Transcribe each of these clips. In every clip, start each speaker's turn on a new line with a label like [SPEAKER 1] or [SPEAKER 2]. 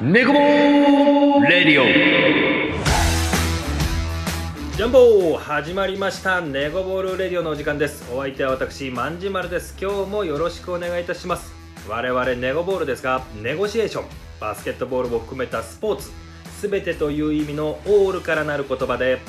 [SPEAKER 1] ネコボーレディ
[SPEAKER 2] ジャンボー始まりましたネゴボールレディオのお時間ですお相手は私まんじまるです今日もよろしくお願いいたします我々ネゴボールですがネゴシエーションバスケットボールを含めたスポーツすべてという意味のオールからなる言葉で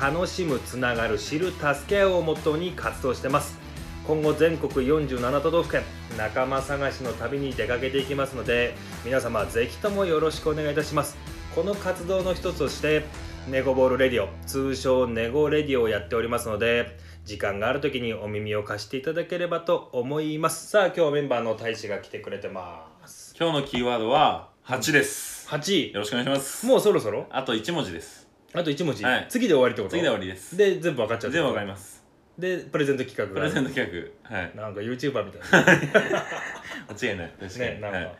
[SPEAKER 2] 楽しむつながる知る助け合うをモットーに活動してます今後全国47都道府県仲間探しの旅に出かけていきますので皆様ぜひともよろしくお願いいたしますこの活動の一つとしてネゴボールレディオ通称ネゴレディオをやっておりますので時間がある時にお耳を貸していただければと思いますさあ今日はメンバーの大使が来てくれてます
[SPEAKER 3] 今日のキーワードは8です、
[SPEAKER 2] 8
[SPEAKER 3] よろしくお願いします
[SPEAKER 2] もうそろそろ
[SPEAKER 3] あと1文字です
[SPEAKER 2] あと1文字、
[SPEAKER 3] はい
[SPEAKER 2] 次で終わりってこと
[SPEAKER 3] 次で終わりです
[SPEAKER 2] で全部分かっちゃ
[SPEAKER 3] 全
[SPEAKER 2] う
[SPEAKER 3] 部わかります
[SPEAKER 2] でプレゼント企画
[SPEAKER 3] プ
[SPEAKER 2] があ
[SPEAKER 3] レゼン
[SPEAKER 2] る
[SPEAKER 3] ト企画はい
[SPEAKER 2] なんか YouTuber み たい
[SPEAKER 3] 間違いない確かに、
[SPEAKER 2] ねなんか
[SPEAKER 3] はい、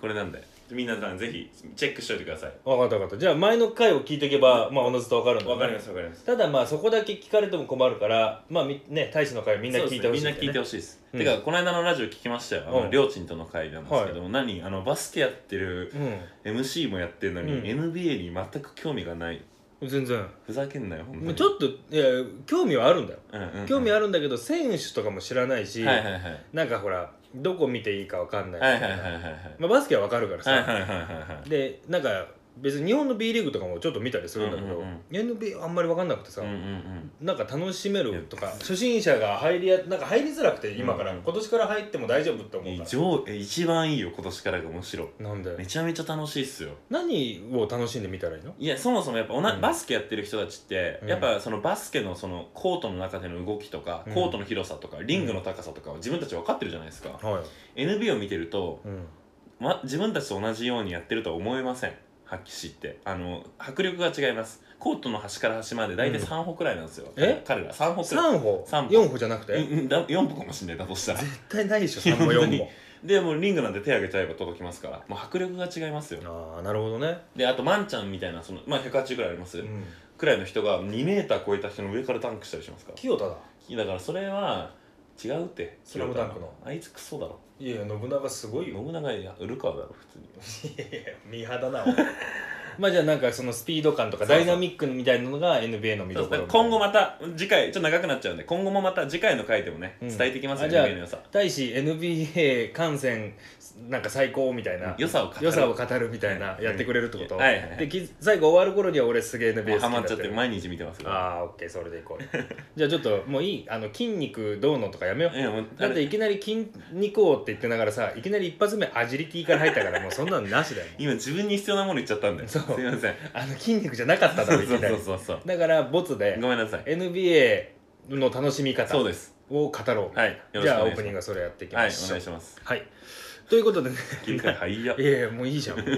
[SPEAKER 3] これなんでみんなさんぜひチェックしておいてください
[SPEAKER 2] な分かった分かったじゃあ前の回を聞いていけばまあおのずと分かるんだね
[SPEAKER 3] わかりますわかります
[SPEAKER 2] ただまあそこだけ聞かれても困るからまあみね大使の回みんな聞いてほしい
[SPEAKER 3] そうですねみんな聞いて
[SPEAKER 2] ほし
[SPEAKER 3] ほしいです、
[SPEAKER 2] うん
[SPEAKER 3] てかこの間のラジオ聞きましたよあ
[SPEAKER 2] うん
[SPEAKER 3] のりょうちんとの会なんですけども、何あのバスケやってる
[SPEAKER 2] いね
[SPEAKER 3] MC もやってるのに、
[SPEAKER 2] うん
[SPEAKER 3] NBA に全く興味がない
[SPEAKER 2] うん全然
[SPEAKER 3] ふざけんなよほんと
[SPEAKER 2] もう
[SPEAKER 3] に
[SPEAKER 2] ちょっといや興味はあるんだよ
[SPEAKER 3] うんうんうん
[SPEAKER 2] 興味あるんだけど選手とかも知らないし、
[SPEAKER 3] はいはいはいはい
[SPEAKER 2] なんかほらどこ見ていいかわかんないみ
[SPEAKER 3] は
[SPEAKER 2] た
[SPEAKER 3] いは
[SPEAKER 2] いない
[SPEAKER 3] はいはいはい
[SPEAKER 2] まあ、バスケはわかるからさ、
[SPEAKER 3] はいはいはいはいはい
[SPEAKER 2] でなんか別に日本の B リーグとかもちょっと見たりするんだけど、
[SPEAKER 3] うんうん
[SPEAKER 2] NBA あんまりわかんなくてさ、
[SPEAKER 3] うんうんうん
[SPEAKER 2] なんか楽しめるとか初心者が入りやなんか入りづらくて今から、
[SPEAKER 3] うんうん
[SPEAKER 2] 今年から入っても大丈夫と思う
[SPEAKER 3] い
[SPEAKER 2] か
[SPEAKER 3] い
[SPEAKER 2] ら、
[SPEAKER 3] 上え一番いいよ今年からがむしろ
[SPEAKER 2] なんで
[SPEAKER 3] めちゃめちゃ楽しいっすよ
[SPEAKER 2] 何を楽しんでみたらいいの
[SPEAKER 3] いやそもそもやっぱおな、
[SPEAKER 2] うん
[SPEAKER 3] バスケやってる人たちって、
[SPEAKER 2] うん
[SPEAKER 3] やっぱそのバスケのそのコートの中での動きとか、
[SPEAKER 2] うん
[SPEAKER 3] コートの広さとかリングの高さとかを自分たち分かってるじゃないですか、
[SPEAKER 2] はい、
[SPEAKER 3] NBA を見てると、
[SPEAKER 2] うん、
[SPEAKER 3] ま、自分たちと同じようにやってるとは思えません発揮しってあの迫力が違いますコートの端から端まで大体
[SPEAKER 2] うん
[SPEAKER 3] 3歩くらいなんですよ、
[SPEAKER 2] え
[SPEAKER 3] 彼ら3歩くらい
[SPEAKER 2] 3歩
[SPEAKER 3] 三歩
[SPEAKER 2] 4歩じゃなくて、
[SPEAKER 3] うんうんだ4歩かもしんないだとしたら
[SPEAKER 2] 絶対ないでしょ3歩4歩
[SPEAKER 3] でもうリングなんて手上げちゃえば届きますからもう迫力が違いますよ
[SPEAKER 2] ああなるほどね、
[SPEAKER 3] であとマンちゃんみたいなそのまあ180ぐらいあります、
[SPEAKER 2] うん、
[SPEAKER 3] くらいの人が2メーター超えた人の上からダンクしたりしますから
[SPEAKER 2] 清田だ
[SPEAKER 3] だからそれは違うって
[SPEAKER 2] スラムダンクの
[SPEAKER 3] あいつクソだろ
[SPEAKER 2] いやいや信長すごいよ
[SPEAKER 3] 信長やるかだろ普通に
[SPEAKER 2] いやいや見肌なお前 まあじゃあなんかそのスピード感とか
[SPEAKER 3] そうそ
[SPEAKER 2] ダ
[SPEAKER 3] う
[SPEAKER 2] イナミックみたいなのが NBA の見どころ
[SPEAKER 3] 今後また次回ちょっと長くなっちゃうんで今後もまた次回の回でもね、
[SPEAKER 2] うん
[SPEAKER 3] 伝えていきます
[SPEAKER 2] あ
[SPEAKER 3] よ
[SPEAKER 2] じゃあ
[SPEAKER 3] 人間の良さ
[SPEAKER 2] 対し NBA 観戦なんか最高みたいな
[SPEAKER 3] 良さを語る
[SPEAKER 2] 良さを語るみたいなやってくれるってこと、
[SPEAKER 3] はいはいはい
[SPEAKER 2] でき最後終わる頃には俺すげえ NBA 好き
[SPEAKER 3] もう
[SPEAKER 2] にな
[SPEAKER 3] ハマっちゃってる
[SPEAKER 2] あ
[SPEAKER 3] 毎日見てますから
[SPEAKER 2] あーオッケーそれでいこうよ じゃあちょっともういいあの筋肉どうのとかやめよう
[SPEAKER 3] いやもう
[SPEAKER 2] だっていきなり筋肉王って言ってながらさいきなり一発目アジリティから入ったからもうそんなのなし だよ
[SPEAKER 3] 今自分に必要なもの言っちゃったんで
[SPEAKER 2] そ
[SPEAKER 3] す
[SPEAKER 2] う
[SPEAKER 3] いません
[SPEAKER 2] あの筋肉じゃなかっただ
[SPEAKER 3] そ
[SPEAKER 2] ろ
[SPEAKER 3] う
[SPEAKER 2] いき
[SPEAKER 3] そう
[SPEAKER 2] な
[SPEAKER 3] そ
[SPEAKER 2] り
[SPEAKER 3] うそうそう
[SPEAKER 2] だからボツで
[SPEAKER 3] ごめんなさい
[SPEAKER 2] NBA の楽しみ方
[SPEAKER 3] そう
[SPEAKER 2] を
[SPEAKER 3] です
[SPEAKER 2] 語ろう、
[SPEAKER 3] はいよろしくお願いします
[SPEAKER 2] じゃあオープニングはそれやっていき
[SPEAKER 3] はい
[SPEAKER 2] ま
[SPEAKER 3] お
[SPEAKER 2] しょう
[SPEAKER 3] 願いします
[SPEAKER 2] はい、ということでね
[SPEAKER 3] 切り替えはいいや
[SPEAKER 2] いやいやもういい じゃんもう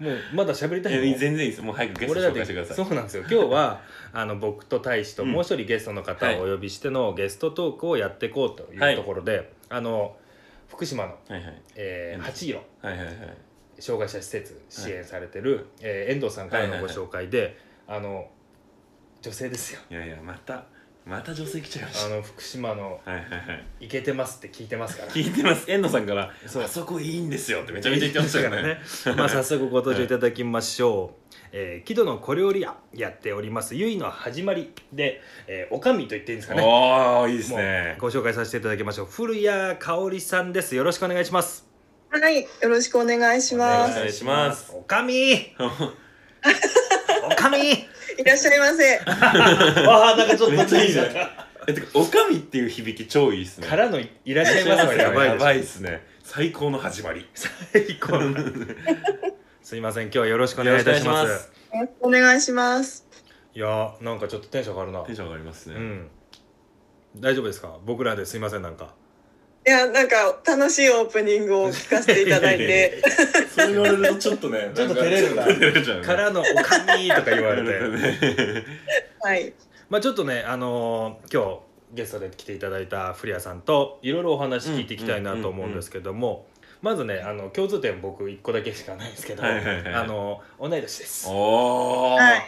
[SPEAKER 2] もうまだ喋りたいの
[SPEAKER 3] え全然いいですもう早くゲスト
[SPEAKER 2] 俺だっ
[SPEAKER 3] 紹介してくだ
[SPEAKER 2] て
[SPEAKER 3] さい
[SPEAKER 2] そうなんですよ今日は あの僕と大使ともう一人ゲストの方をお呼びしてのゲストトークをやっていこうと
[SPEAKER 3] は
[SPEAKER 2] いう
[SPEAKER 3] い
[SPEAKER 2] ところで、あの福島の、
[SPEAKER 3] はいはい
[SPEAKER 2] えー、八色
[SPEAKER 3] はいはいはい
[SPEAKER 2] 障害者施設支援されてる、えー遠藤さんからのご紹介で、あの女性ですよ
[SPEAKER 3] いやいやまたまた女性来ちゃいまし
[SPEAKER 2] あの福島の
[SPEAKER 3] たはいはいはい
[SPEAKER 2] 「イケてます」って聞いてますから
[SPEAKER 3] 聞いてます遠藤さんから「
[SPEAKER 2] そう
[SPEAKER 3] あそこいいんですよ」ってめちゃめちゃ言ってましたからね
[SPEAKER 2] まあ早速ご登場いただきましょう、えー、木戸の小料理屋やっております「ゆいの始まりで」えーおかみと言っていいんですかね
[SPEAKER 3] おーいいです
[SPEAKER 2] もう
[SPEAKER 3] ね
[SPEAKER 2] ご紹介させていただきましょう古谷香織さんですよろしくお願いします
[SPEAKER 4] はい、よろしくお願いしま
[SPEAKER 3] お
[SPEAKER 4] す。
[SPEAKER 3] 願いします
[SPEAKER 2] おかみおかみ
[SPEAKER 4] いらっしゃいませ。
[SPEAKER 2] ああなんかちょっと
[SPEAKER 3] めっちゃいいじゃん
[SPEAKER 2] か
[SPEAKER 3] えてか「おかみ」っていう響き超いいっすね
[SPEAKER 2] らのい「いらっしゃいませ」はやばい
[SPEAKER 3] や
[SPEAKER 2] でしょ
[SPEAKER 3] ばいっすね最高の始まり
[SPEAKER 2] 最高すいません今日はよろしくお願いいたします
[SPEAKER 3] よろしく
[SPEAKER 4] よろしくお願いします。
[SPEAKER 2] いやーなんかちょっとテンション上がるな
[SPEAKER 3] テンション上がります
[SPEAKER 2] う
[SPEAKER 3] ね
[SPEAKER 2] ん大丈夫ですか僕らですいませんなんか
[SPEAKER 4] いや、なんか楽しいオープニングを聞かせていただい
[SPEAKER 3] いやい
[SPEAKER 4] て、
[SPEAKER 3] そう言われるとちょっとね
[SPEAKER 2] ちょっと照れるな
[SPEAKER 3] なんかちょっと照れちゃうね
[SPEAKER 2] からのおかみとか言わ れて
[SPEAKER 3] て
[SPEAKER 4] はい、
[SPEAKER 2] まあちょっとねあのー今日ゲストで来ていただいた古谷さんといろいろお話聞いていきたいなと思うんですけども、まずねあの共通点僕一個だけしかないんですけど、
[SPEAKER 3] はいはいはい
[SPEAKER 2] あの同い年です。
[SPEAKER 3] おー
[SPEAKER 4] はい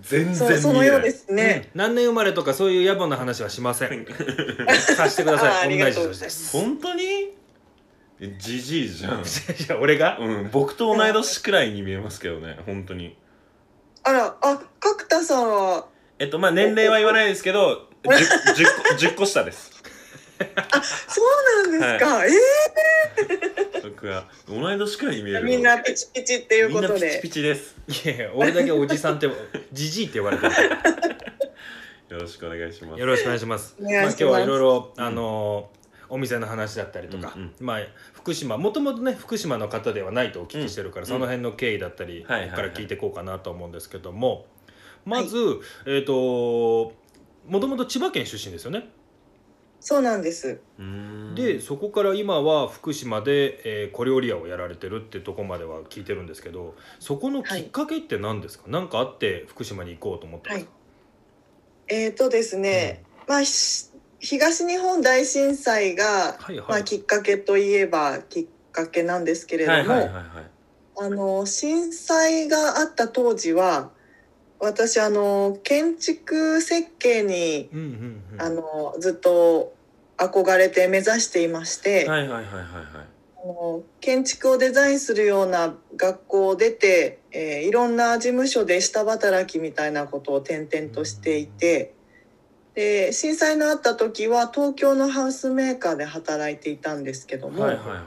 [SPEAKER 3] 全然見
[SPEAKER 4] そう、そのようですすね。
[SPEAKER 2] うん何年生まれとかそういう 野暮な話はしません。させてくだ
[SPEAKER 4] あー
[SPEAKER 2] さ
[SPEAKER 4] あ
[SPEAKER 2] い。
[SPEAKER 4] り
[SPEAKER 2] 同
[SPEAKER 4] が
[SPEAKER 2] い
[SPEAKER 4] とうご
[SPEAKER 2] 年
[SPEAKER 4] ざい
[SPEAKER 2] で。
[SPEAKER 4] ます
[SPEAKER 3] 本当にえじじいじゃん
[SPEAKER 2] いや俺が
[SPEAKER 3] うん僕と同い年くらいに見えますけどね本当に
[SPEAKER 4] あら、あ、角田さんは、
[SPEAKER 3] えっとまあ年齢は言わないですけど 10, 10, 個10個下です
[SPEAKER 4] そうなんですか。え
[SPEAKER 3] 僕は同い年くらいに見え
[SPEAKER 4] え
[SPEAKER 3] るの
[SPEAKER 4] みんなピチピチっていう
[SPEAKER 3] み
[SPEAKER 4] こ
[SPEAKER 3] んな
[SPEAKER 4] と
[SPEAKER 3] ピチ
[SPEAKER 4] で
[SPEAKER 3] ピ。チです
[SPEAKER 2] いやいや俺だけおじさんってじじいって呼ばれてる
[SPEAKER 3] よろしくお願いします
[SPEAKER 2] よろしくお願いします。
[SPEAKER 4] お願いします
[SPEAKER 2] あ、今日はいろいろ、
[SPEAKER 3] うん
[SPEAKER 2] あのーお店の話だったりとか、
[SPEAKER 3] うんうん
[SPEAKER 2] まあ福島もともとね福島の方ではないとお聞きしてるから、
[SPEAKER 3] うん
[SPEAKER 2] その辺の経緯だった
[SPEAKER 3] は
[SPEAKER 2] り、
[SPEAKER 3] いはいはい
[SPEAKER 2] ここから聞いていこうかなと思うんですけども、まず、えっ、ともともと千葉県出身ですよね、
[SPEAKER 4] そうなんです。
[SPEAKER 3] うーん
[SPEAKER 2] でそこから今は福島で、えー小料理屋をやられてるってとこまでは聞いてるんですけどそこのきっかけって何ですか何、なんかあって福島に行こうと思ったんですか、
[SPEAKER 4] えっ、とですね、まあ、ひ東日本大震災が、
[SPEAKER 2] はい
[SPEAKER 4] ま
[SPEAKER 2] は
[SPEAKER 4] あ、
[SPEAKER 2] い、
[SPEAKER 4] きっかけといえばきっかけなんですけれども、
[SPEAKER 3] はいはいはいはい
[SPEAKER 4] あの震災があった当時は私あの建築設計に、
[SPEAKER 2] うんうんうん
[SPEAKER 4] あのずっと憧れて目指していまして、
[SPEAKER 3] はいはいはいはい
[SPEAKER 4] あの建築をデザインするような学校を出て、えーいろんな事務所で下働きみたいなことを転々としていてで震災のあった時は東京のハウスメーカーで働いていたんですけども、
[SPEAKER 3] はいはいはいはいはい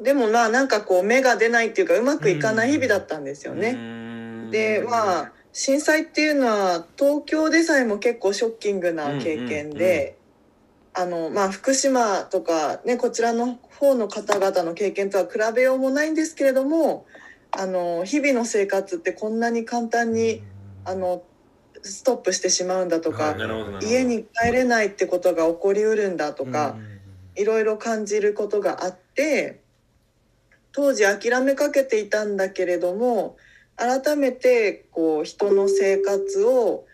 [SPEAKER 4] でもまあなんかこう芽が出ないっていうかうまくいかない日々だったんですよ
[SPEAKER 3] う
[SPEAKER 4] ね。
[SPEAKER 3] ーん
[SPEAKER 4] でまあ震災っていうのは東京でさえも結構ショッキングな経験で、あのまあ福島とかねこちらの方の方々の経験とは比べようもないんですけれどもあの日々の生活ってこんなに簡単にあのストップしてしまうんだと
[SPEAKER 2] は
[SPEAKER 4] か
[SPEAKER 2] い
[SPEAKER 3] なるほどなるほど
[SPEAKER 4] 家に帰れないってことが起こりうるんだとか。
[SPEAKER 2] うんうんうん
[SPEAKER 4] いろいろ感じることがあって当時諦めかけていたんだけれども改めてこう人の生活を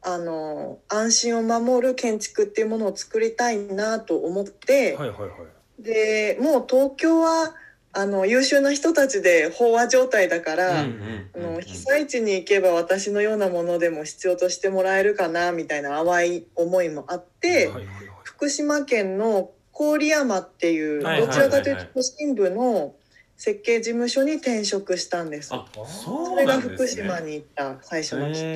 [SPEAKER 4] あの安心を守る建築っていうものを作りたいなと思って、
[SPEAKER 2] はいはいはい。
[SPEAKER 4] でもう東京はあの優秀な人たちで飽和状態だから、
[SPEAKER 3] うんうん
[SPEAKER 4] あ
[SPEAKER 3] うんう
[SPEAKER 4] の
[SPEAKER 3] ん
[SPEAKER 4] 被災地に行けば私のようなものでも必要としてもらえるかなみたいな淡い思いもあって。
[SPEAKER 2] はいはいはい
[SPEAKER 4] 福島県の郡山っていう
[SPEAKER 3] はいはい
[SPEAKER 4] ど
[SPEAKER 2] はい
[SPEAKER 4] ち
[SPEAKER 2] はい
[SPEAKER 4] らかというと都心部の設計事務所に転職したんです。
[SPEAKER 3] あ
[SPEAKER 4] そ
[SPEAKER 3] そう
[SPEAKER 4] れ
[SPEAKER 3] な
[SPEAKER 4] が
[SPEAKER 3] んです
[SPEAKER 4] 福
[SPEAKER 3] ね
[SPEAKER 4] 島に行った最初のきっかけで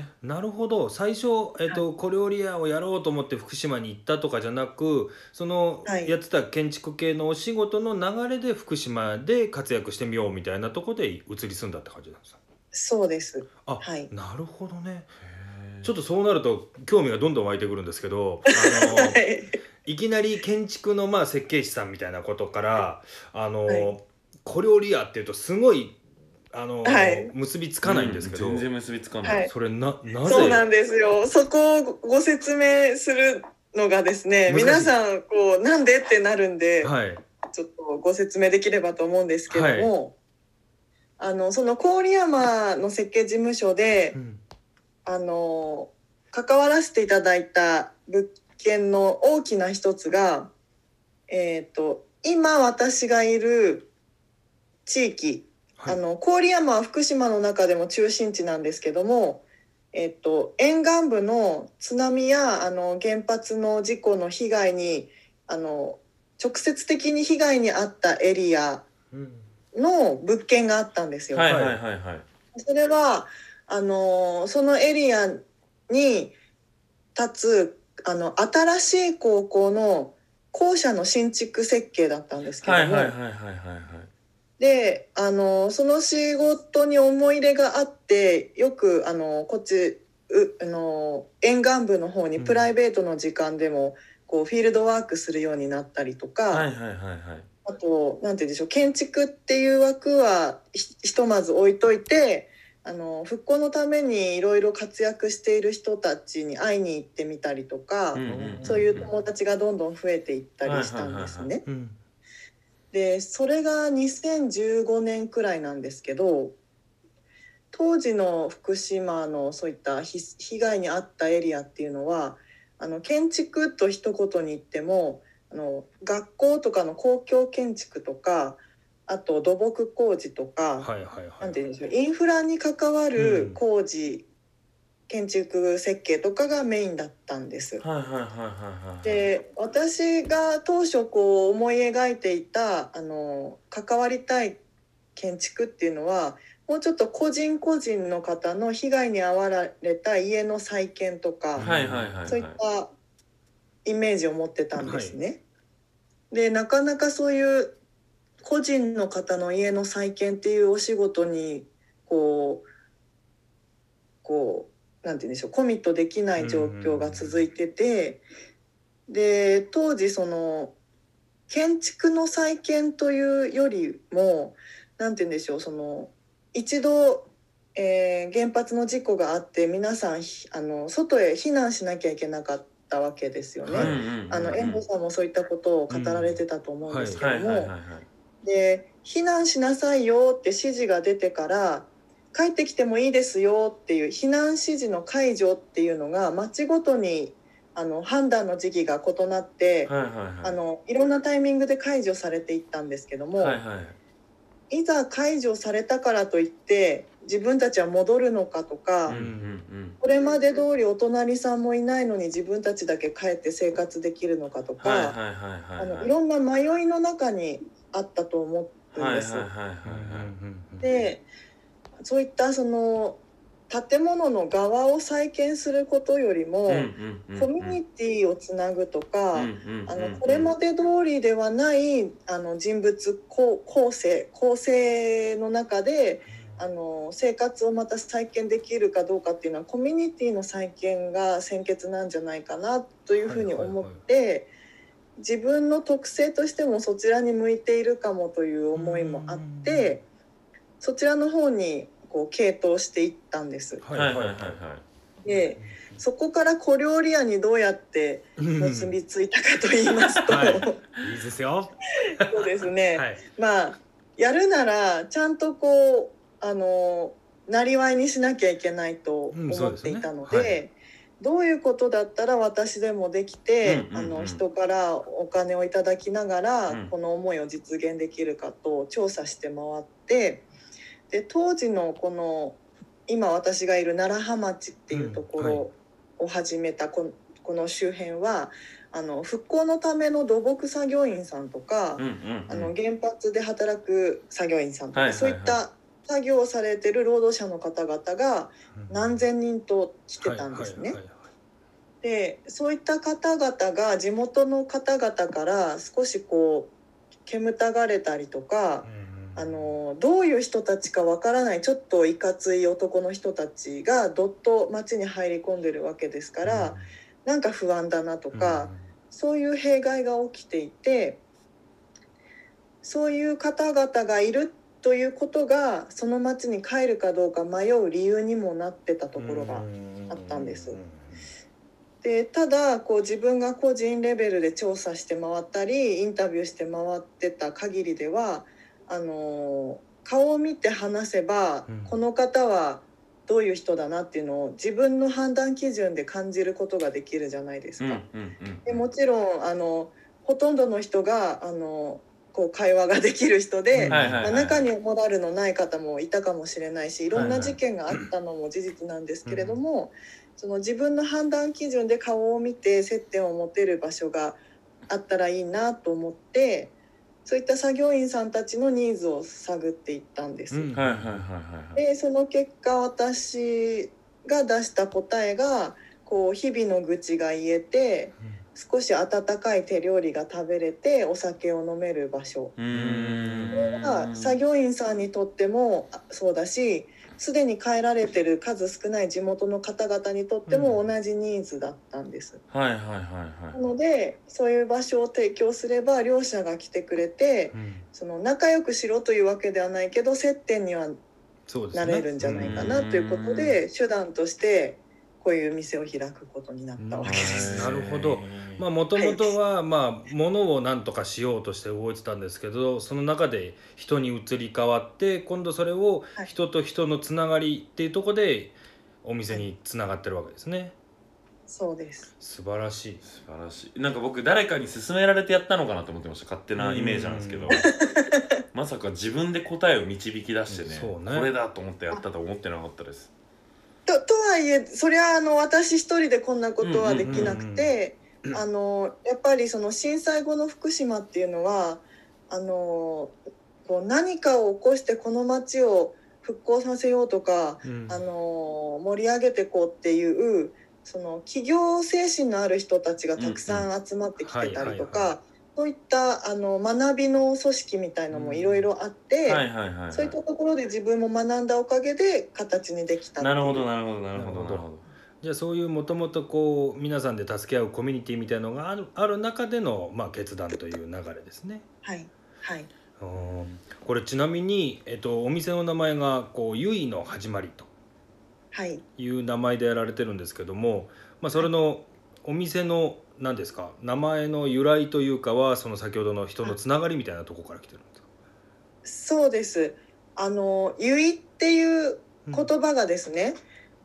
[SPEAKER 3] へ
[SPEAKER 2] なるほど最初、えっと小料理屋をやろうと思って福島に行ったとかじゃなくその、
[SPEAKER 4] はい
[SPEAKER 2] やってた建築系のお仕事の流れで福島で活躍してみようみたいなとこで移り住んだって感じなんですか
[SPEAKER 4] そうです。
[SPEAKER 2] あ、
[SPEAKER 4] はい
[SPEAKER 2] なるほどね
[SPEAKER 3] ー
[SPEAKER 2] ちょっとそうなると興味がどんどん湧いてくるんですけ どあのいきなり建築のまあ設計士さんみたいなことからあの、
[SPEAKER 4] はい
[SPEAKER 2] 小料理屋っていうとすごいあの、
[SPEAKER 4] はい
[SPEAKER 2] 結びつかないんですけど、
[SPEAKER 3] う全然結びつかない、
[SPEAKER 4] はい
[SPEAKER 2] それななぜ
[SPEAKER 4] そうなんですよ。そこをご説明するのがですね、
[SPEAKER 2] 難しい
[SPEAKER 4] 皆さんこうなんでってなるんで、
[SPEAKER 2] はい
[SPEAKER 4] ちょっとご説明できればと思うんですけども、あのその郡山の設計事務所で、
[SPEAKER 2] うん
[SPEAKER 4] あの関わらせていただいた物件の大きな一つが、えっと今私がいる地域、
[SPEAKER 2] はい
[SPEAKER 4] あの郡山は福島の中でも中心地なんですけども、えっと沿岸部の津波やあの原発の事故の被害にあの直接的に被害に遭ったエリア
[SPEAKER 2] うん
[SPEAKER 4] の物件があったんですよ。
[SPEAKER 3] はいはいはいはい
[SPEAKER 4] それはあのそのエリアに立つあの新しい高校の校舎の新築設計だったんですけ
[SPEAKER 3] は
[SPEAKER 4] ど
[SPEAKER 3] い
[SPEAKER 4] も、
[SPEAKER 3] はいはいはいはいはい
[SPEAKER 4] であのその仕事に思い入れがあってよくあのこっちうあの沿岸部の方に
[SPEAKER 2] うん
[SPEAKER 4] プライベートの時間でも、こうフィールドワークするようになったりとか、
[SPEAKER 3] はいはいはいはい
[SPEAKER 4] あとなんて言うんでしょう建築っていう枠はひひとまず置いといてあの復興のためにいろいろ活躍している人たちに会いに行ってみたりとか、
[SPEAKER 3] うんんん
[SPEAKER 4] そういう友達がどんどん増えていったりしたんです
[SPEAKER 3] はいはいはい
[SPEAKER 4] ね。
[SPEAKER 2] うん
[SPEAKER 4] でそれが2015年くらいなんですけど当時の福島のそういった被被害に遭ったエリアっていうのはあの建築と一言に言ってもあの学校とかの公共建築とかあと土木工事とか、
[SPEAKER 2] はいはいはい。
[SPEAKER 4] なんて言うんでしょうインフラに関わる工事建築設計とかがメインだったんです。
[SPEAKER 3] はいはいはいはいはい。
[SPEAKER 4] で私が当初こう思い描いていたあの関わりたい建築っていうのはもうちょっと個人個人の方の被害に遭われた家の再建とか、
[SPEAKER 3] はいはいはいはい。
[SPEAKER 4] そういったイメージを持ってたんですね。でなかなかそういう個人の方の家の再建っていうお仕事にこうこうなんて言うんでしょうコミットできない状況が続いてて、で当時その建築の再建というよりもなんて言うんでしょうその一度、えー原発の事故があって皆さんひあの外へ避難しなきゃいけなかったわけですよね。
[SPEAKER 2] はい
[SPEAKER 3] うんうんうん
[SPEAKER 4] あの遠藤さんもそういったことを語られてたと思うんですけ
[SPEAKER 3] は
[SPEAKER 4] ど
[SPEAKER 3] いはいはいは
[SPEAKER 4] も
[SPEAKER 3] い。
[SPEAKER 4] で避難しなさいよって指示が出てから帰ってきてもいいですよっていう避難指示の解除っていうのが町ごとにあの判断の時期が異なって、
[SPEAKER 3] はいはいはい。
[SPEAKER 4] あのいろんなタイミングで解除されていったんですけども、
[SPEAKER 3] はいはい。
[SPEAKER 4] い、ざ解除されたからといって自分たちは戻るのかとか。
[SPEAKER 3] うんうん
[SPEAKER 4] これまで通りお隣さんもいないのに自分たちだけ帰って生活できるのかと
[SPEAKER 3] う
[SPEAKER 4] か、
[SPEAKER 3] ん。はいはいはい
[SPEAKER 4] あ
[SPEAKER 3] はいは
[SPEAKER 4] の
[SPEAKER 3] い。
[SPEAKER 4] いろんな迷いの中にあったと思うん
[SPEAKER 3] はいはい
[SPEAKER 4] です。
[SPEAKER 3] はいはいはい。
[SPEAKER 2] い
[SPEAKER 4] でそういったその建物の側を再建することよりも、コミュニティをつなぐとか、あのこれまで通りではないあの人物構構成構成の中であの生活をまた再建できるかどうかっていうのはコミュニティの再建が先決なんじゃないかなというふうに思って、自分の特性としてもそちらに向いているかもという思いもあってそちらの方にこう傾倒していったんです。
[SPEAKER 2] は
[SPEAKER 3] はいい
[SPEAKER 2] は
[SPEAKER 3] はいいは
[SPEAKER 2] は
[SPEAKER 3] いい
[SPEAKER 2] は
[SPEAKER 3] はいい。
[SPEAKER 4] でそこから小料理屋にどうやって結びついたかと言いますと、
[SPEAKER 2] うんはいいいですよ。
[SPEAKER 4] そうですね、
[SPEAKER 2] はい。
[SPEAKER 4] まあやるならちゃんとこうあのなりわいにしなきゃいけないと
[SPEAKER 2] うんそ
[SPEAKER 4] 思
[SPEAKER 2] う
[SPEAKER 4] っ
[SPEAKER 2] ですね
[SPEAKER 4] ていたので,、どういうことだったら私でもできて、
[SPEAKER 3] うんうんうん
[SPEAKER 4] あの人からお金をいただきながら、
[SPEAKER 3] うん
[SPEAKER 4] この思いを実現できるかと調査して回ってで当時のこの今私がいる楢葉町っていうところを始めたこのこの周辺はあの復興のための土木作業員さんとか、
[SPEAKER 3] うんうん。
[SPEAKER 4] あの原発で働く作業員さんとか、
[SPEAKER 3] はいはいはい
[SPEAKER 4] そういった作業をされてる労働者の方々が何千人と来てたんです
[SPEAKER 2] はいは
[SPEAKER 4] ね。
[SPEAKER 2] いはい
[SPEAKER 4] でそういった方々が地元の方々から少しこう煙たがれたりとか
[SPEAKER 2] はい。、うん
[SPEAKER 4] あのどういう人たちかわからないちょっといかつい男の人たちがどっと町に入り込んでるわけですから、なんか不安だなとか、そういう弊害が起きていてそういう方々がいるということがその町に帰るかどうか迷う理由にもなってたところが。あったんです
[SPEAKER 2] う
[SPEAKER 4] でただこう自分が個人レベルで調査して回ったりインタビューして回ってた限りではあのー顔を見て話せば、
[SPEAKER 2] うん
[SPEAKER 4] この方はどういう人だなっていうのを自分の判断基準で感じることができるじゃないです
[SPEAKER 3] う
[SPEAKER 4] か。
[SPEAKER 3] んうんうん。
[SPEAKER 4] でもちろんあのほとんどの人があのこう会話ができる人
[SPEAKER 3] はい
[SPEAKER 4] で、
[SPEAKER 3] はい
[SPEAKER 4] ま
[SPEAKER 3] は
[SPEAKER 4] あ
[SPEAKER 3] い。
[SPEAKER 4] 中にモラルのない方もいたかもしれないしいろん
[SPEAKER 3] はい
[SPEAKER 4] な
[SPEAKER 3] はい
[SPEAKER 4] 事件があったのも事実なんですけれども、その自分の判断基準で顔を見て接点を持てる場所があったらいいなと思ってそういった作業員さんたちのニーズを探っていったんです。
[SPEAKER 2] うん
[SPEAKER 3] はいはいはいはいはい。
[SPEAKER 4] でその結果私が出した答えがこう日々の愚痴が言えて少し温かい手料理が食べれてお酒を飲める場所
[SPEAKER 3] うー
[SPEAKER 4] が
[SPEAKER 3] ん。
[SPEAKER 4] 作業員さんにとってもあそうだしすでに帰られてる数少ない地元の方々にとって
[SPEAKER 2] う
[SPEAKER 4] も
[SPEAKER 2] ん
[SPEAKER 4] 同じニーズだったんです。
[SPEAKER 3] はいはいはいはい。
[SPEAKER 4] なのでそういう場所を提供すれば両者が来てくれて
[SPEAKER 2] うん
[SPEAKER 4] その仲良くしろというわけではないけど接点には
[SPEAKER 2] そうです
[SPEAKER 4] な
[SPEAKER 2] ね
[SPEAKER 4] れるんじゃないかなということで手段としてこういう店を開くことになったわけです。
[SPEAKER 2] なるほど。まあもともとはまあ物を何とかしようとして動いてたんですけどその中で人に移り変わって今度それを
[SPEAKER 4] はい
[SPEAKER 2] 人と人のつながりっていうところでお店につながってるわけですね
[SPEAKER 4] そうです
[SPEAKER 2] 素晴らしい
[SPEAKER 3] 素晴らしいなんか僕誰かに勧められてやったのかなと思ってました勝手なイメージなんですけ
[SPEAKER 2] う
[SPEAKER 3] ど
[SPEAKER 2] ん
[SPEAKER 3] まさか自分で答えを導き出してね
[SPEAKER 2] そうね
[SPEAKER 3] これだと思ってやったと思ってなかったです
[SPEAKER 4] ととはいえそりゃあの私一人でこんなことはできなくてあのやっぱりその震災後の福島っていうのはあのこう何かを起こしてこの町を復興させようとか、
[SPEAKER 2] うん
[SPEAKER 4] あの盛り上げてこうっていうその企業精神のある人たちがたくさん集まってきてたりと
[SPEAKER 2] うんうんはいはいは
[SPEAKER 4] かそういったあの学びの組織みたいのもいろいろあって。
[SPEAKER 3] はいはいはい、はい、
[SPEAKER 4] そういったところで自分も学んだおかげで形にできたってい
[SPEAKER 3] な
[SPEAKER 4] う
[SPEAKER 3] るほどなるほどなるほどなるほど
[SPEAKER 2] じゃあそういうもともとこう皆さんで助け合うコミュニティみたいのがあるある中での、まあ、決断という流れですね。
[SPEAKER 4] はいはい
[SPEAKER 2] うんこれちなみに、えっと、お店の名前がこう「ゆいの始まり」と
[SPEAKER 4] はい
[SPEAKER 2] いう名前でやられてるんですけども、まあ、それのお店の何ですか名前の由来というかはその先ほどの人のつながりみたいなところから来てるんですか
[SPEAKER 4] そうですあの「結」っていう言葉がですね、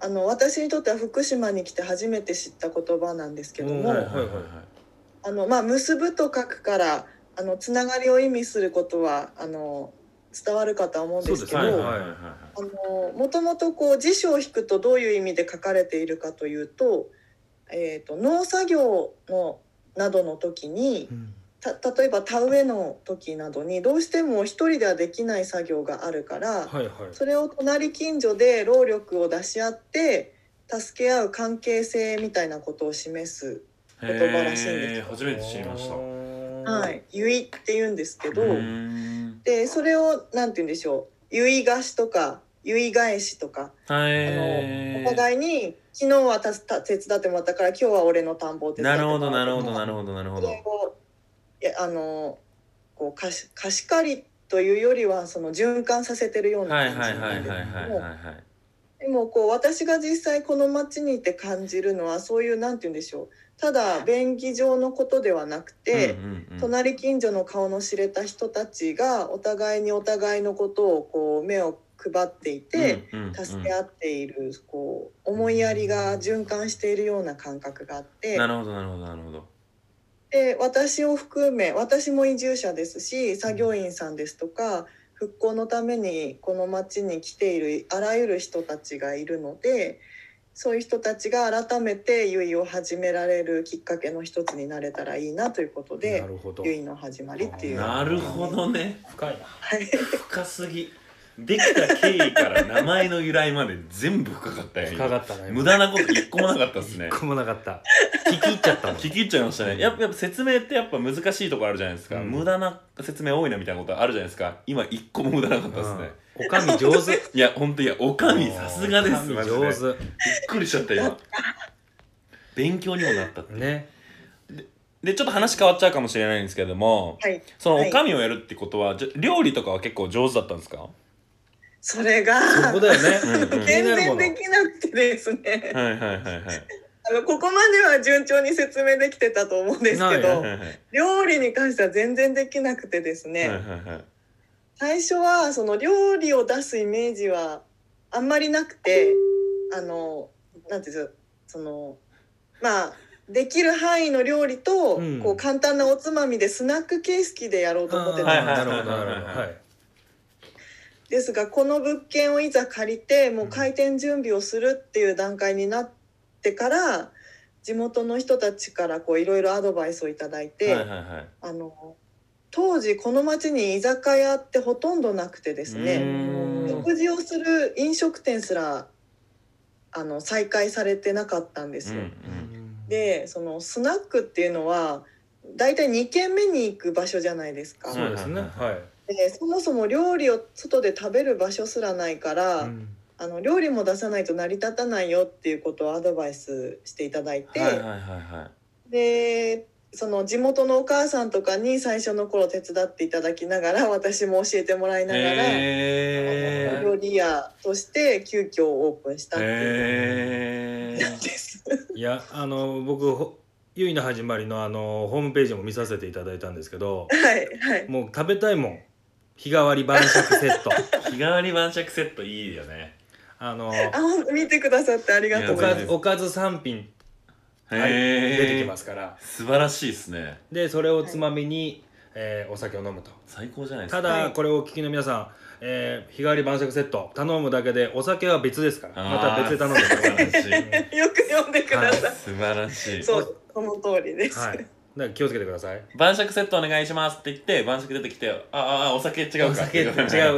[SPEAKER 4] あの私にとっては福島に来て初めて知った言葉なんですけど
[SPEAKER 2] うん
[SPEAKER 4] も、
[SPEAKER 2] はい
[SPEAKER 3] はいはいはいはい
[SPEAKER 4] あのまあ、結ぶと書くからあのつながりを意味することはあの伝わるかとは思うんですけど
[SPEAKER 2] そう
[SPEAKER 3] はい
[SPEAKER 2] ですね
[SPEAKER 3] はいはいはい
[SPEAKER 4] あのもともとこう辞書を引くとどういう意味で書かれているかというと,、えー、と農作業のなどの時にた例えば田植えの時などにどうしても一人ではできない作業があるから
[SPEAKER 2] はいはい
[SPEAKER 4] それを隣近所で労力を出し合って助け合う関係性みたいなことを示す、言葉らしいんです
[SPEAKER 3] へー初めて知りました
[SPEAKER 4] は、
[SPEAKER 2] はい
[SPEAKER 4] 結って言うんですけど、
[SPEAKER 3] うーん
[SPEAKER 4] でそれをなんて言うんでしょう結がしとか結返しとか
[SPEAKER 3] はい
[SPEAKER 4] お互いに昨日はたすた手伝ってもらったから今日は俺の田んぼを手伝っ
[SPEAKER 3] な
[SPEAKER 4] て
[SPEAKER 3] るほ
[SPEAKER 4] も
[SPEAKER 3] ど
[SPEAKER 4] ら
[SPEAKER 3] な
[SPEAKER 4] う
[SPEAKER 3] る
[SPEAKER 4] と
[SPEAKER 3] ほどな
[SPEAKER 4] か
[SPEAKER 3] るほどなるほ
[SPEAKER 4] そ
[SPEAKER 3] ど
[SPEAKER 4] れをいやあのこう貸し貸し借りというよりはその循環させてるよう
[SPEAKER 3] は
[SPEAKER 4] ない感
[SPEAKER 3] はい
[SPEAKER 4] じ
[SPEAKER 3] はい
[SPEAKER 4] な
[SPEAKER 3] は
[SPEAKER 4] ん
[SPEAKER 3] い
[SPEAKER 4] で
[SPEAKER 3] はい
[SPEAKER 4] すけ
[SPEAKER 3] はい
[SPEAKER 4] ど
[SPEAKER 3] はい
[SPEAKER 4] でもこう私が実際この町にいて感じるのはそういうなんて言うんでしょうただ便宜上のことではなくて、
[SPEAKER 3] うんうんうん
[SPEAKER 4] 隣近所の顔の知れた人たちがお互いにお互いのことをこう目を配っていて、
[SPEAKER 3] うんうんうん
[SPEAKER 4] 助け合っているこう思いやりが循環しているような感覚があって
[SPEAKER 3] なるほどなるほどなるほど
[SPEAKER 4] で私を含め私も移住者ですし作業員さんですとか復興のためにこの町に来ているあらゆる人たちがいるのでそういう人たちが改めて結衣を始められるきっかけの一つになれたらいいなということで
[SPEAKER 2] なるほど
[SPEAKER 4] 結衣の始まりっていう。
[SPEAKER 3] なるほどね
[SPEAKER 2] 深いな
[SPEAKER 4] はい
[SPEAKER 3] 深すぎできた経緯から名前の由来まで全部深かったよ
[SPEAKER 2] 深かったね
[SPEAKER 3] 今無駄なこと一個もなかったですね
[SPEAKER 2] 一個もなかった聞き入っちゃったもん
[SPEAKER 3] 聞き入っちゃいましたねやっぱやっぱ説明ってやっぱ難しいとこあるじゃないですか、
[SPEAKER 2] うん
[SPEAKER 3] 無駄な説明多いなみたいなことあるじゃないですか今一個も無駄なかったですね、
[SPEAKER 2] うんおかみ上手
[SPEAKER 3] いや本当いやおかみさすがです
[SPEAKER 2] お
[SPEAKER 3] マ
[SPEAKER 2] かみ
[SPEAKER 3] ジでび
[SPEAKER 2] 上
[SPEAKER 3] っくりしちゃった 今勉強にもなったって
[SPEAKER 2] 手ね
[SPEAKER 3] でちょっと話変わっちゃうかもしれないんですけども
[SPEAKER 4] はい、
[SPEAKER 3] そのおかみをやるってことは、じゃ料理とかは結構上手だったんですか
[SPEAKER 4] それが
[SPEAKER 2] そこだよね
[SPEAKER 3] うんうん
[SPEAKER 2] 気に
[SPEAKER 4] 全
[SPEAKER 2] なるも
[SPEAKER 4] 然
[SPEAKER 2] の
[SPEAKER 4] できなくてですね
[SPEAKER 3] はいはいはいはい
[SPEAKER 4] あのここまでは順調に説明できてたと思うんです
[SPEAKER 2] な
[SPEAKER 4] け
[SPEAKER 2] いね
[SPEAKER 4] ど
[SPEAKER 3] はいはい
[SPEAKER 4] 料理に関しては全然できなくてですね、
[SPEAKER 3] はいはいはい
[SPEAKER 4] 最初はその料理を出すイメージはあんまりなくてあのなんていうんですかそのまあできる範囲の料理と、
[SPEAKER 2] うん
[SPEAKER 4] こう簡単なおつまみでスナック形式でやろうと思ってたんです
[SPEAKER 3] は
[SPEAKER 4] よ
[SPEAKER 3] いはい
[SPEAKER 2] なるほどなるほどはい
[SPEAKER 4] ですがこの物件をいざ借りてもう開店準備をするっていう段階になってから地元の人たちからこういろいろアドバイスをいただいて、
[SPEAKER 3] はいはいはい
[SPEAKER 4] あの当時この町に居酒屋ってほとんどなくてです
[SPEAKER 3] う
[SPEAKER 4] ね
[SPEAKER 3] ーん
[SPEAKER 4] 食事をする飲食店すらあの再開されてなかったんですよ。でそのスナックっていうのは大体2軒目に行く場所じゃないですか。
[SPEAKER 2] そうですねは
[SPEAKER 4] でそもそも料理を外で食べる場所すらないから、
[SPEAKER 2] いうん
[SPEAKER 4] あの料理も出さないと成り立たないよっていうことをアドバイスしていただいて、
[SPEAKER 3] はいはいはいはい
[SPEAKER 4] でその地元のお母さんとかに最初の頃手伝っていただきながら私も教えてもらいながら、あの
[SPEAKER 3] へ
[SPEAKER 4] 料理屋として急遽オープンしたっていう
[SPEAKER 3] え
[SPEAKER 4] なんです。
[SPEAKER 2] いやあの僕ほゆいの始まりのあのホームページも見させていただいたんですけど
[SPEAKER 4] はいはい
[SPEAKER 2] もう食べたいもん日替わり晩酌セット
[SPEAKER 3] 日替わり晩酌セットいいよね
[SPEAKER 2] あの
[SPEAKER 4] あ本当見てくださってありがとう
[SPEAKER 2] お
[SPEAKER 4] ござい
[SPEAKER 2] か
[SPEAKER 4] ます
[SPEAKER 2] ずおかず3品
[SPEAKER 3] へ
[SPEAKER 2] はい出てき
[SPEAKER 3] え
[SPEAKER 2] ますから
[SPEAKER 3] 素晴らしいですね
[SPEAKER 2] でそれをつまみに、えーお酒を飲むと
[SPEAKER 3] 最高じゃないです
[SPEAKER 2] た
[SPEAKER 3] か
[SPEAKER 2] だこれをお聞きの皆さん、えー日替わり晩酌セット頼むだけでお酒は別ですからまた別で頼んでください
[SPEAKER 3] ださい
[SPEAKER 4] よく読んでください。
[SPEAKER 3] 素晴らしい
[SPEAKER 4] そう、その通りです。
[SPEAKER 2] はい、だから気をつけてください
[SPEAKER 3] 晩酌セットお願いしますって言って晩酌出てきてあああお酒違うか
[SPEAKER 2] お酒違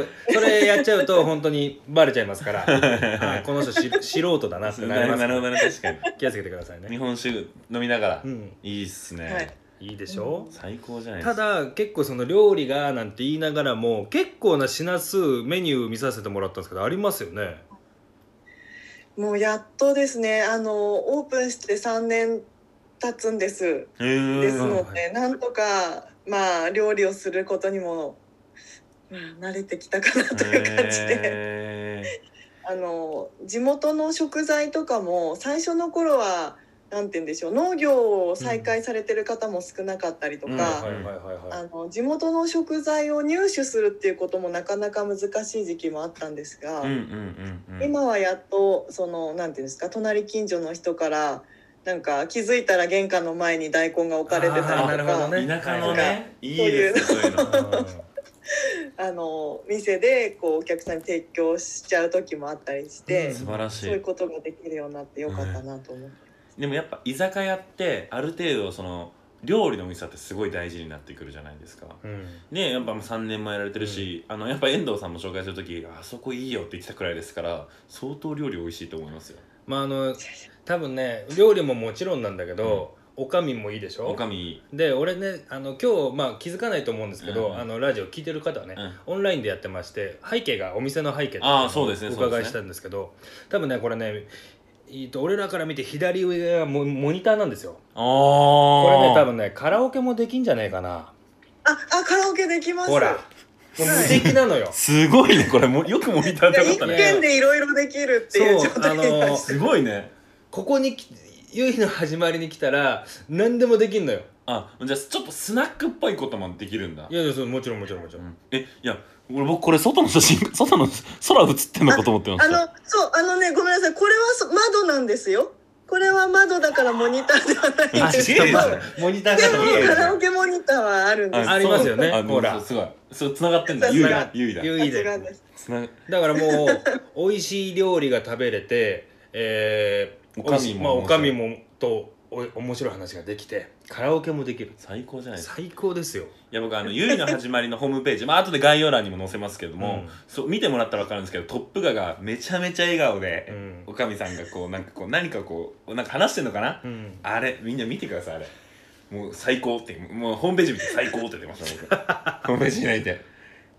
[SPEAKER 3] う
[SPEAKER 2] うそれやっちゃうと本当にバレちゃいま すから、はい、この人し素人だなってな
[SPEAKER 3] な
[SPEAKER 2] り
[SPEAKER 3] るほ
[SPEAKER 2] ま
[SPEAKER 3] ど
[SPEAKER 2] す
[SPEAKER 3] なるほど確かに
[SPEAKER 2] 気をつけてください
[SPEAKER 3] 日
[SPEAKER 2] ね
[SPEAKER 3] 本酒飲みながら
[SPEAKER 2] うん
[SPEAKER 3] いいっすね、
[SPEAKER 4] はい
[SPEAKER 2] いいでしょう
[SPEAKER 3] 最高じゃないで
[SPEAKER 2] た
[SPEAKER 3] すか
[SPEAKER 2] だ結構その料理がなんて言いながらも結構な品数メニュー見させてもらったんですけどありますよね
[SPEAKER 4] もうやっとですね、あのオープンして3年経つんです。
[SPEAKER 3] へー
[SPEAKER 4] ですので、なんとかまあ料理をすることにも、うん慣れてきたかなという感じで、
[SPEAKER 3] へ
[SPEAKER 4] あの地元の食材とかも最初の頃はなんて言うんでしょう、農業を再開されてる方も少なかったりとか。
[SPEAKER 3] うん
[SPEAKER 2] はいはいはい
[SPEAKER 4] あ
[SPEAKER 2] は
[SPEAKER 4] の地元の食材を入手するっていうこともなかなか難しい時期もあったんですが、
[SPEAKER 3] ーうんうんうんうん
[SPEAKER 4] 今はやっとそのなんていうんですか隣近所の人からなんか気づいたら玄関の前に大根が置かれてたり
[SPEAKER 2] あーなる
[SPEAKER 4] と
[SPEAKER 2] ほど
[SPEAKER 4] かあ,、
[SPEAKER 2] ね
[SPEAKER 3] 田舎の
[SPEAKER 4] はい
[SPEAKER 3] ねいいですねそう いうの
[SPEAKER 2] い
[SPEAKER 4] の店でこうお客さんに提供しちゃう時もあったりして、
[SPEAKER 2] うん
[SPEAKER 3] 素晴らし
[SPEAKER 4] そういう
[SPEAKER 3] い
[SPEAKER 4] ことができるようになってよかったなと思って。
[SPEAKER 3] でもやっぱ居酒屋ってある程度その料理の美味しさってすごい大事になってくるじゃないですか
[SPEAKER 2] うん
[SPEAKER 3] ねやっぱもう3年もやられてるし、あのやっぱ遠藤さんも紹介する時あそこいいよって言ってたくらいですから相当料理美味しいと思いますよ
[SPEAKER 2] まああの多分ね料理ももちろんなんだけど、おかみもいいでし
[SPEAKER 3] お
[SPEAKER 2] ょ
[SPEAKER 3] かみ
[SPEAKER 2] で俺ねあの今日、まあ、気づかないと思うんですけど、
[SPEAKER 3] うん
[SPEAKER 2] あのラジオ聞いてる方はね、
[SPEAKER 3] うん
[SPEAKER 2] オンラインでやってまして背景がお店の背景
[SPEAKER 3] あーそうですね
[SPEAKER 2] お
[SPEAKER 3] そう
[SPEAKER 2] 伺
[SPEAKER 3] で
[SPEAKER 2] い
[SPEAKER 3] すね
[SPEAKER 2] したんですけど多分ねこれねえっと俺らから見て左上がモモニターなんですよ
[SPEAKER 3] ああ
[SPEAKER 2] これね多分ねカラオケもできんじゃないかな
[SPEAKER 4] あ、あ、カラオケできます。
[SPEAKER 2] ほらもう無敵なのよ
[SPEAKER 3] すごいねこれもうよくモニター
[SPEAKER 4] い
[SPEAKER 3] で
[SPEAKER 4] や
[SPEAKER 3] 撮っ
[SPEAKER 4] 一
[SPEAKER 3] た
[SPEAKER 2] ね
[SPEAKER 3] ね
[SPEAKER 4] 軒でいろいろできるっていう
[SPEAKER 2] そ
[SPEAKER 4] 状
[SPEAKER 2] うあ
[SPEAKER 4] 態
[SPEAKER 2] の
[SPEAKER 4] になりまし
[SPEAKER 3] すごいね
[SPEAKER 2] ここにき夕日の始まりに来たら何でもできんのよ
[SPEAKER 3] あじゃあちょっとスナックっぽいこともできるんだ
[SPEAKER 2] いやいやそうもちろんもちろんもちろ、
[SPEAKER 3] うんんえいや俺僕これ外の写真 外の空映ってんのかと思ってま
[SPEAKER 4] たあ
[SPEAKER 3] した
[SPEAKER 4] の、そう、あのね、ごめんなさい、これはそ窓なんですよ。これは窓だからモニターではない
[SPEAKER 3] あ
[SPEAKER 4] んですけど。
[SPEAKER 3] すげえ
[SPEAKER 4] でも
[SPEAKER 3] な
[SPEAKER 2] モニターが
[SPEAKER 3] すげえ
[SPEAKER 4] カ
[SPEAKER 3] な
[SPEAKER 4] ラオケモニターはあるんです。
[SPEAKER 2] ありますよね
[SPEAKER 3] そうあ
[SPEAKER 2] ほら
[SPEAKER 3] すごいそう繋がってんだ
[SPEAKER 4] 繋
[SPEAKER 3] 優
[SPEAKER 4] が
[SPEAKER 3] だ
[SPEAKER 4] っ
[SPEAKER 3] 優だ
[SPEAKER 2] 優
[SPEAKER 4] さ
[SPEAKER 2] 位
[SPEAKER 4] す
[SPEAKER 2] で
[SPEAKER 4] がです。
[SPEAKER 3] つな
[SPEAKER 2] だからもう美味しい料理が食べれて、えー、
[SPEAKER 3] おかみも
[SPEAKER 2] まあ、おかみもとお面白い話ができてカラオケもできる
[SPEAKER 3] 最高じゃないですか
[SPEAKER 2] 最高ですよ
[SPEAKER 3] いや僕あの「ゆいの始まり」のホームページまあ後で概要欄にも載せますけども、
[SPEAKER 2] うん
[SPEAKER 3] そう見てもらったら分かるんですけど「トップガ」がめちゃめちゃ笑顔で、
[SPEAKER 2] うん
[SPEAKER 3] おかみさんがこうなんかこう何かこうなんか話してんのかな、
[SPEAKER 2] うん
[SPEAKER 3] あれみんな見てくださいあれもう最高ってもうホームページ見て最高って出ました 僕ホームページ開いて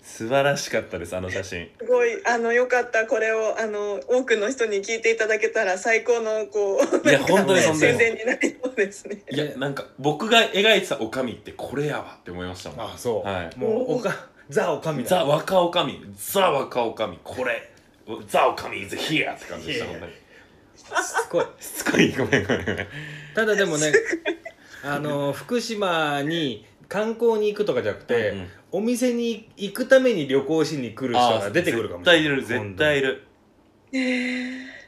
[SPEAKER 3] 素晴らしかったですあの写真
[SPEAKER 4] すごい、あの、よかった、これを、あの、多くの人に聞いていただけたら、最高の、こう。
[SPEAKER 3] いや
[SPEAKER 4] なんか
[SPEAKER 3] 本当に
[SPEAKER 2] そんな
[SPEAKER 4] 宣伝になりそうですね。
[SPEAKER 3] いやなんか僕が描いてたおかみってこれやわって思いましたもん
[SPEAKER 2] あそう、
[SPEAKER 3] はい
[SPEAKER 2] もうおかザおかみ
[SPEAKER 3] ザ
[SPEAKER 2] だ
[SPEAKER 3] 若おかみザ若おかみこれザおかみ is here って感じでした
[SPEAKER 2] いや
[SPEAKER 3] 本
[SPEAKER 2] い
[SPEAKER 3] 当
[SPEAKER 2] や
[SPEAKER 3] に
[SPEAKER 2] すごい
[SPEAKER 3] しつこいごめんごめんごめん
[SPEAKER 2] ただでもねあの福島に観光に行くとかじゃなくて、
[SPEAKER 3] うんうん
[SPEAKER 2] お店に行くために旅行しに来る人が出てくるかもしれない
[SPEAKER 3] 絶対いる絶対いる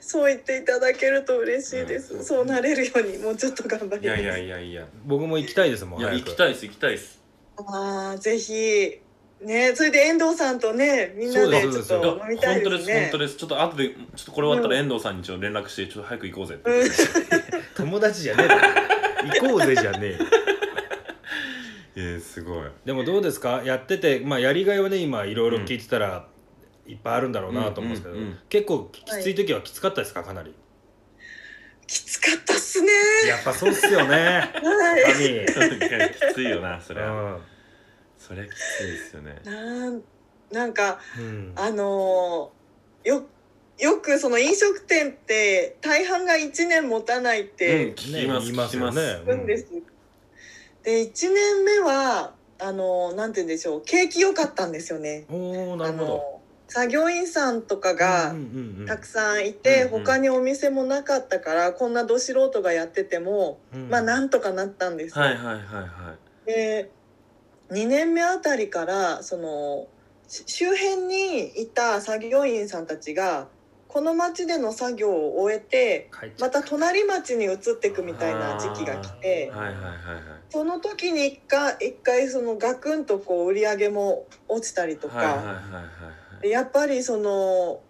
[SPEAKER 4] そう言っていただけると嬉しいです。
[SPEAKER 3] うん
[SPEAKER 4] そうなれるように、もうちょっと頑張ります。
[SPEAKER 3] いやいやいやいや
[SPEAKER 2] 僕も行きたいですもん
[SPEAKER 3] いや
[SPEAKER 2] 早
[SPEAKER 3] 行
[SPEAKER 2] く
[SPEAKER 3] きたいです行きたいです
[SPEAKER 4] ああ、ぜひ。ね、それで遠藤さんとね、みんなで、ちょっ
[SPEAKER 3] い
[SPEAKER 2] そ
[SPEAKER 3] や
[SPEAKER 2] う
[SPEAKER 4] と飲みたい
[SPEAKER 3] 本当
[SPEAKER 4] で
[SPEAKER 3] ですす本
[SPEAKER 4] ね
[SPEAKER 3] 当。ですちょっと後でちょっとこれ終わったら遠藤さんにちょっと連絡してちょっと早く行こうぜって
[SPEAKER 4] うん
[SPEAKER 2] 友達じゃねえだろ行こうぜじゃねえよ
[SPEAKER 3] えーすごい
[SPEAKER 2] でもどうですかやってて、まあ、やりがいはね今いろいろ聞いてたら、いっぱいあるんだろうなと思うんですけど、
[SPEAKER 3] うんうんうん
[SPEAKER 2] 結構きつい時はきつかったですかかなり
[SPEAKER 4] きつかったっすね。
[SPEAKER 2] やっぱそうっすよね
[SPEAKER 4] はい。
[SPEAKER 2] 神
[SPEAKER 3] きついよなそれは
[SPEAKER 2] う
[SPEAKER 3] それはきついですよね
[SPEAKER 4] なんなんか
[SPEAKER 2] ん、
[SPEAKER 4] あのーよよくその飲食店って大半が1年持たないっ
[SPEAKER 3] うん
[SPEAKER 4] て
[SPEAKER 3] 聞きます
[SPEAKER 2] ね
[SPEAKER 3] 聞きます
[SPEAKER 2] 言い
[SPEAKER 4] 言うんです、で1年目はあのーなんて言うんでしょう景気良かったんですよね。
[SPEAKER 2] おおな
[SPEAKER 4] あ
[SPEAKER 2] るほど
[SPEAKER 4] のー作業員さんとかが
[SPEAKER 2] うんうんうんうん
[SPEAKER 4] たくさんいて、
[SPEAKER 3] うんうん
[SPEAKER 4] 他にお店もなかったからこんなど素人がやってても、
[SPEAKER 2] うん
[SPEAKER 4] まあなんとかなったんですよ
[SPEAKER 3] はいはいはいは
[SPEAKER 4] で2年目あたりからそのし周辺にいた作業員さんたちがこの町での作業を終えて
[SPEAKER 2] 帰っちゃ
[SPEAKER 4] ま
[SPEAKER 2] う
[SPEAKER 4] た隣町に移っていくみたいな時期が来て
[SPEAKER 3] はいはいはいはい
[SPEAKER 4] その時に一回一回そのガクンとこう売り上げも落ちたりとか、
[SPEAKER 3] はいはいはいはい
[SPEAKER 4] でやっぱりその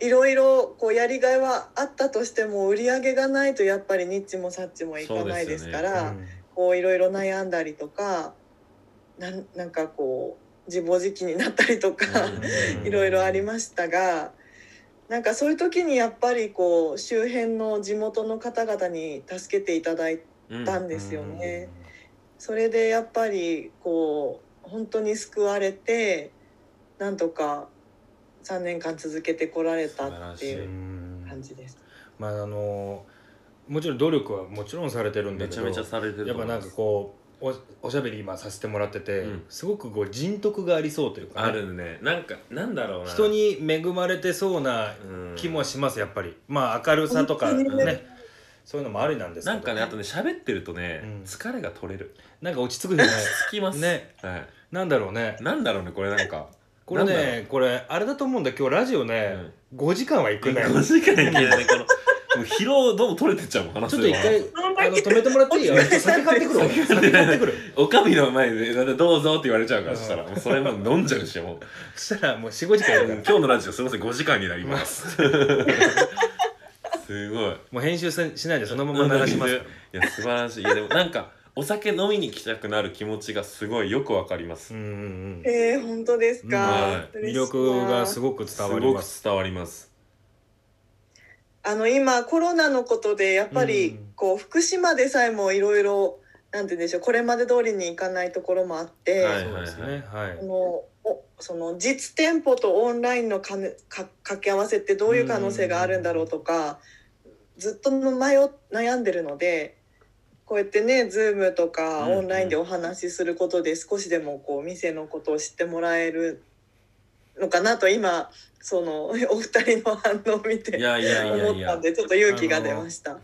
[SPEAKER 4] いろいろこうやりがいはあったとしても売り上げがないとやっぱりニッチもサッチもいかないですか
[SPEAKER 3] そう
[SPEAKER 4] らこういろいろ悩んだりとかなんなんかこう自暴自棄になったりとか
[SPEAKER 3] うんうん
[SPEAKER 4] いろいろありましたがなんかそういう時にやっぱりこう周辺の地元の方々に助けていただいて
[SPEAKER 3] うん
[SPEAKER 4] たんですよねそれでやっぱりこう本当に救われてなんとか3年間続けてこられたっていう感じです。
[SPEAKER 2] まああのもちろん努力はもちろんされてるんだ
[SPEAKER 3] め
[SPEAKER 2] け
[SPEAKER 3] ち
[SPEAKER 2] ど
[SPEAKER 3] ゃめちゃされてる
[SPEAKER 2] やっぱなんかこうおおしゃべり今させてもらってて、
[SPEAKER 3] うん
[SPEAKER 2] すごくこう人徳がありそうというか、
[SPEAKER 3] あるねなんかなんだろうな
[SPEAKER 2] 人に恵まれてそうな気も
[SPEAKER 3] し
[SPEAKER 2] しますやっぱりまあ明るさとかね
[SPEAKER 4] 本当にね
[SPEAKER 2] そういうのもありなんですけど
[SPEAKER 3] なんかねあとね喋ってるとね
[SPEAKER 2] うん
[SPEAKER 3] 疲れが取れる
[SPEAKER 2] なんか落ち着 くよね
[SPEAKER 3] つきます
[SPEAKER 2] ね
[SPEAKER 3] はい
[SPEAKER 2] なんだろうね
[SPEAKER 3] なんだろうねこれなんか
[SPEAKER 2] これ
[SPEAKER 3] なんだろ
[SPEAKER 2] ねこれあれだと思うんだ今日ラジオ
[SPEAKER 3] う
[SPEAKER 2] ね、
[SPEAKER 3] ん
[SPEAKER 2] 5時間は行くね
[SPEAKER 3] 5時間いけないねこのもう疲労どうも取れてっちゃうもん話せ
[SPEAKER 2] ちょっ
[SPEAKER 3] ば
[SPEAKER 2] と一回あの止めても らっていいよ酒買ってくるわ酒買ってくる
[SPEAKER 3] おかみの前でだってどうぞって言われちゃうからそ したらもうそれもう飲んじゃうしもう
[SPEAKER 2] そしたらもう45時間やるから
[SPEAKER 3] 今日のラジオすみません5時間になります すごい
[SPEAKER 2] もう編集せんしないでそのまま流します
[SPEAKER 3] い や素晴らしいいやでもなんかお酒飲みに来たくなる気持ちがすごいよくわかりま
[SPEAKER 2] う
[SPEAKER 3] す、
[SPEAKER 2] んうんうん
[SPEAKER 4] えー、本当ですか
[SPEAKER 3] う、ん
[SPEAKER 2] 魅力がす
[SPEAKER 4] ごい
[SPEAKER 2] ごく
[SPEAKER 3] す
[SPEAKER 2] 伝わり
[SPEAKER 3] ご
[SPEAKER 2] ま
[SPEAKER 3] く
[SPEAKER 2] す
[SPEAKER 3] 伝わります
[SPEAKER 4] あの今コロナのことでやっぱ
[SPEAKER 2] う
[SPEAKER 4] り
[SPEAKER 2] ん
[SPEAKER 4] こう福島でさえもいろいろなんて言うんでしょうこれまで通りにいかないところもあって、
[SPEAKER 3] はい
[SPEAKER 2] そうですねはい
[SPEAKER 4] あのおその実店舗とオンラインのかねか掛け合わせってどういう可能性があるんだろうとかずっと迷っ悩んでるのでこうやってね Zoom とか
[SPEAKER 3] うんうん
[SPEAKER 4] オンラインでお話しすることで少しでもこう店のことを知ってもらえるのかなと今その お二人の反応を見
[SPEAKER 3] い
[SPEAKER 4] て
[SPEAKER 3] やいやいや
[SPEAKER 4] 思
[SPEAKER 3] い
[SPEAKER 4] った
[SPEAKER 3] や
[SPEAKER 4] んでちょっと勇気が出ました。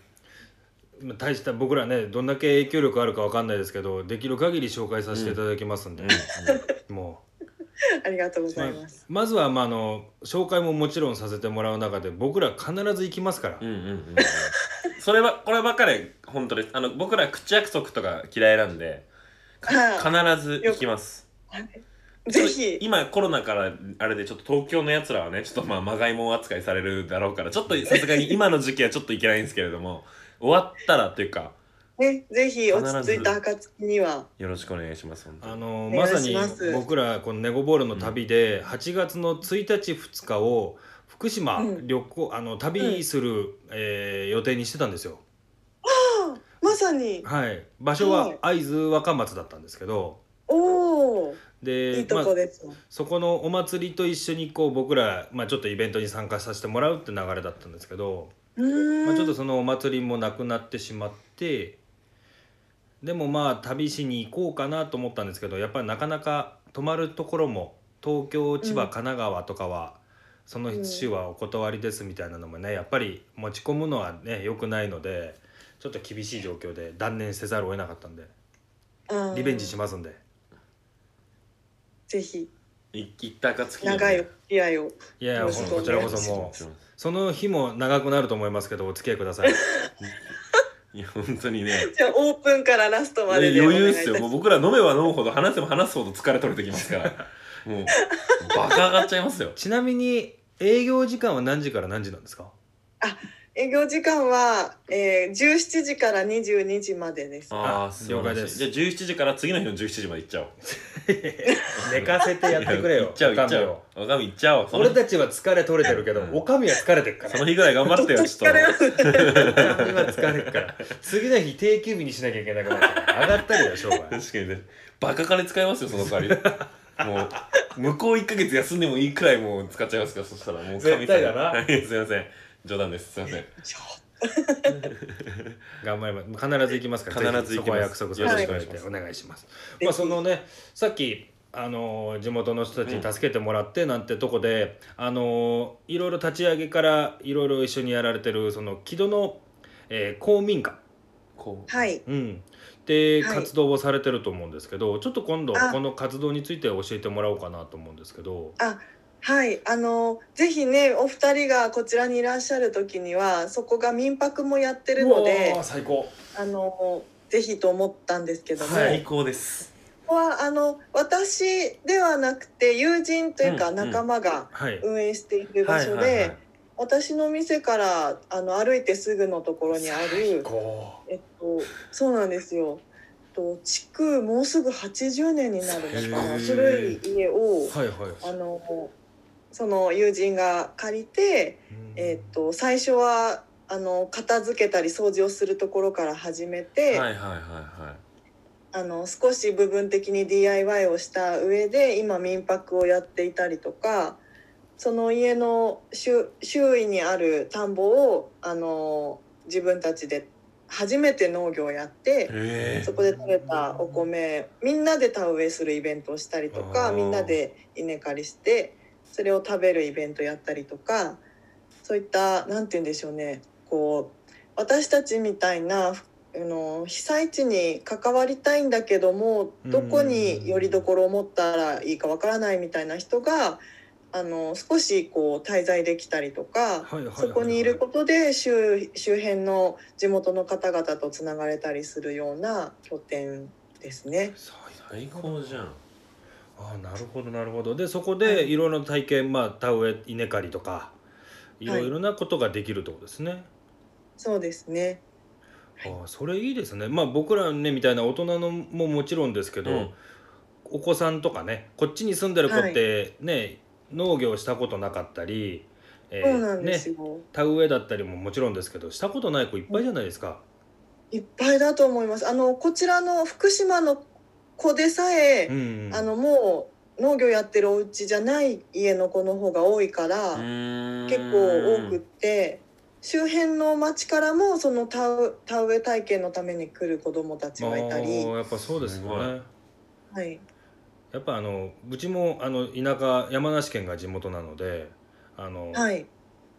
[SPEAKER 2] まあ大した僕らねどんだけ影響力あるかわかんないですけどできる限り紹介させていただきますん
[SPEAKER 3] う
[SPEAKER 2] で
[SPEAKER 3] ん、う
[SPEAKER 2] も
[SPEAKER 4] ありがとうございま
[SPEAKER 2] う
[SPEAKER 4] す。
[SPEAKER 2] まずはまああの紹介ももちろんさせてもらう中で僕ら必ず行きますから
[SPEAKER 3] んうんうんうんそれはこればっかり本当ですあの僕ら口約束とか嫌いなんで
[SPEAKER 4] は
[SPEAKER 3] 必ず行きます
[SPEAKER 4] ぜ
[SPEAKER 3] ちょっと
[SPEAKER 4] ひ
[SPEAKER 3] 今コロナからあれでちょっと東京のやつらはねちょっとまあまがいもん扱いされるだろうからちょっとさすがに今の時期はちょっといけないんですけれども終わったらというか
[SPEAKER 4] ねぜひ落ち着いた暁には。
[SPEAKER 3] よろしくお願いします本当に
[SPEAKER 2] あの
[SPEAKER 4] お
[SPEAKER 2] ま
[SPEAKER 4] 願い
[SPEAKER 2] さ
[SPEAKER 4] し
[SPEAKER 2] に
[SPEAKER 4] ます
[SPEAKER 2] 僕らこのネゴボールの旅で8月の1日2日を福島
[SPEAKER 4] うん
[SPEAKER 2] 旅行、あの旅する、えー予定にしてたんですよ。
[SPEAKER 4] あまさに。
[SPEAKER 2] はい、場所は
[SPEAKER 4] はい
[SPEAKER 2] 会津若松だったんですけど、
[SPEAKER 4] おお、
[SPEAKER 2] で
[SPEAKER 4] いいと
[SPEAKER 2] ま
[SPEAKER 4] こ
[SPEAKER 2] あ、
[SPEAKER 4] です。
[SPEAKER 2] そこのお祭りと一緒にこう僕ら、まあ、ちょっとイベントに参加させてもらうって流れだったんですけど、
[SPEAKER 4] うーん。
[SPEAKER 2] まあ、ちょっとそのお祭りもなくなってしまってでもまあ旅しに行こうかなと思ったんですけどやっぱりなかなか泊まるところも東京千葉
[SPEAKER 4] うん
[SPEAKER 2] 神奈川とかは、その週はお断りですみたいなのもねやっぱり持ち込むのはね良くないのでちょっと厳しい状況で断念せざるを得なかったんで
[SPEAKER 4] うん
[SPEAKER 2] リベンジしますんで
[SPEAKER 4] ぜひ
[SPEAKER 3] い行った暁にはね
[SPEAKER 4] 長いお付き合いを。
[SPEAKER 2] いやいや
[SPEAKER 4] よ
[SPEAKER 2] こ
[SPEAKER 4] ろしく
[SPEAKER 2] こちらこそもうその日も長くなると思いますけどお付き合いくだ さい
[SPEAKER 3] いや本当にね
[SPEAKER 4] じゃあオープンからラストまで
[SPEAKER 3] 余
[SPEAKER 4] でお願い
[SPEAKER 3] 裕
[SPEAKER 4] い
[SPEAKER 3] ったす
[SPEAKER 4] し
[SPEAKER 3] よも
[SPEAKER 4] ま
[SPEAKER 3] う僕ら飲めば飲むほど話せば話すほど疲れ取れてきますから もうバカ上がっちゃいますよ
[SPEAKER 2] ちなみに営業時間は何時から何時なんですか
[SPEAKER 4] す。営業時間はえー17時から22時までです。
[SPEAKER 3] あ
[SPEAKER 2] あ
[SPEAKER 3] あ素晴らし
[SPEAKER 2] 了解
[SPEAKER 3] い
[SPEAKER 2] です
[SPEAKER 3] じゃあ17時から次の日の17時まで行っちゃおう
[SPEAKER 2] 寝かせてやってくれよ
[SPEAKER 3] 行っちゃおう行っちゃ
[SPEAKER 2] おかみ
[SPEAKER 3] お
[SPEAKER 2] を
[SPEAKER 3] うおかみ行っちゃおうその
[SPEAKER 2] 俺たちは疲れ取れてるけど、
[SPEAKER 3] うん
[SPEAKER 2] おかみは疲れてるか
[SPEAKER 3] そ
[SPEAKER 2] ら
[SPEAKER 3] の日ぐらい頑張ってよちょっ
[SPEAKER 4] 疲
[SPEAKER 3] と
[SPEAKER 4] れますね。
[SPEAKER 2] おかみは疲れるから次の日定休日にしなきゃいけなくなるから上がったりだよ商売
[SPEAKER 3] 確かにねバカ金使いますよその代わりもう向こう1か月休んでもいいくらいもう使っちゃいますからそしたらもう
[SPEAKER 2] 絶対だ
[SPEAKER 3] 神様
[SPEAKER 2] な
[SPEAKER 3] はいすいません冗談ですすいません
[SPEAKER 2] 頑張ります必ず行きますから
[SPEAKER 3] 必ず行きます
[SPEAKER 2] ぜひそこは約束させていただい
[SPEAKER 3] よろ
[SPEAKER 2] て
[SPEAKER 3] しく
[SPEAKER 2] お
[SPEAKER 3] お
[SPEAKER 2] 願いします、
[SPEAKER 4] ひ
[SPEAKER 2] まあそのねさっきあのー地元の人たちに助けてもらってなんてとこで、あのーいろいろ立ち上げからいろいろ一緒にやられてるその木戸の、えー公民館
[SPEAKER 3] こう
[SPEAKER 4] はい。
[SPEAKER 2] うん、で、
[SPEAKER 4] はい
[SPEAKER 2] 活動をされてると思うんですけどちょっと今度
[SPEAKER 4] あ
[SPEAKER 2] この活動について教えてもらおうかなと思うんですけど
[SPEAKER 4] あはい、あのぜひねお二人がこちらにいらっしゃる時にはそこが民泊もやってるので
[SPEAKER 3] うわー最高
[SPEAKER 4] あのぜひと思ったんですけども、
[SPEAKER 3] 最高です
[SPEAKER 4] ここはあの私ではなくて友人というか
[SPEAKER 3] うんうん
[SPEAKER 4] 仲間が
[SPEAKER 2] はい
[SPEAKER 4] 運営している場所で私の店からあの歩いてすぐのところにあ
[SPEAKER 3] 最
[SPEAKER 4] る、
[SPEAKER 3] 高
[SPEAKER 4] えっと、そうなんですよ。えっと築もうすぐ80年になるのか
[SPEAKER 2] へ
[SPEAKER 4] な
[SPEAKER 2] ー
[SPEAKER 4] 古い家を
[SPEAKER 2] はいはい
[SPEAKER 4] あのその友人が借りて、えっと最初はあの片付けたり掃除をするところから始めて、
[SPEAKER 3] はいはいはいは
[SPEAKER 4] あの少し部分的に DIY をした上で今民泊をやっていたりとかその家の周周囲にある田んぼをあの自分たちで初めて農業をやって
[SPEAKER 3] いへ
[SPEAKER 4] そこで採れたお米みんなで田植えするイベントをしたりと
[SPEAKER 3] あ
[SPEAKER 4] か
[SPEAKER 3] ー
[SPEAKER 4] みんなで稲刈りしてそれを食べるイベントやったりとかそういったなんて言うんでしょうねこう私たちみたいなあの被災地に関わりたいんだけどもどこによりどころを持ったらいいかわからないみたいな人があの少しこう滞在できたりとか。
[SPEAKER 2] はいはいはい
[SPEAKER 4] そこにいることで周周辺の地元の方々とつながれたりするような拠点ですね。
[SPEAKER 3] 最高じゃん
[SPEAKER 2] あーなるほどなるほどでそこでいろいろな体験、まあ田植え稲刈りとかいろいろなことができるってことですね、
[SPEAKER 4] そうですね。
[SPEAKER 2] あーそれいいですねまあ僕らねみたいな大人のももちろんですけど、
[SPEAKER 3] うん
[SPEAKER 2] お子さんとかねこっちに住んでる子ってね、農業したことなかったり、えー
[SPEAKER 4] そうなんです
[SPEAKER 2] ね
[SPEAKER 4] よ。
[SPEAKER 2] 田植えだったりももちろんですけどしたことない子いっぱいじゃないですか。
[SPEAKER 4] いっぱいだと思います。あのこちらの福島の子でさ
[SPEAKER 2] う
[SPEAKER 4] え、
[SPEAKER 2] ん
[SPEAKER 4] あのもう農業やってるお家じゃない家の子の方が多いから、結
[SPEAKER 3] 結
[SPEAKER 4] 構多くって。周辺の町からもその田植田植え体験のために来る子どもたち
[SPEAKER 2] あ
[SPEAKER 4] がいたり、
[SPEAKER 2] ーやっぱそうですよ
[SPEAKER 3] すご
[SPEAKER 2] ね。
[SPEAKER 4] はい、
[SPEAKER 2] やっぱあのうちもあの田舎山梨県が地元なのであの、
[SPEAKER 4] はい、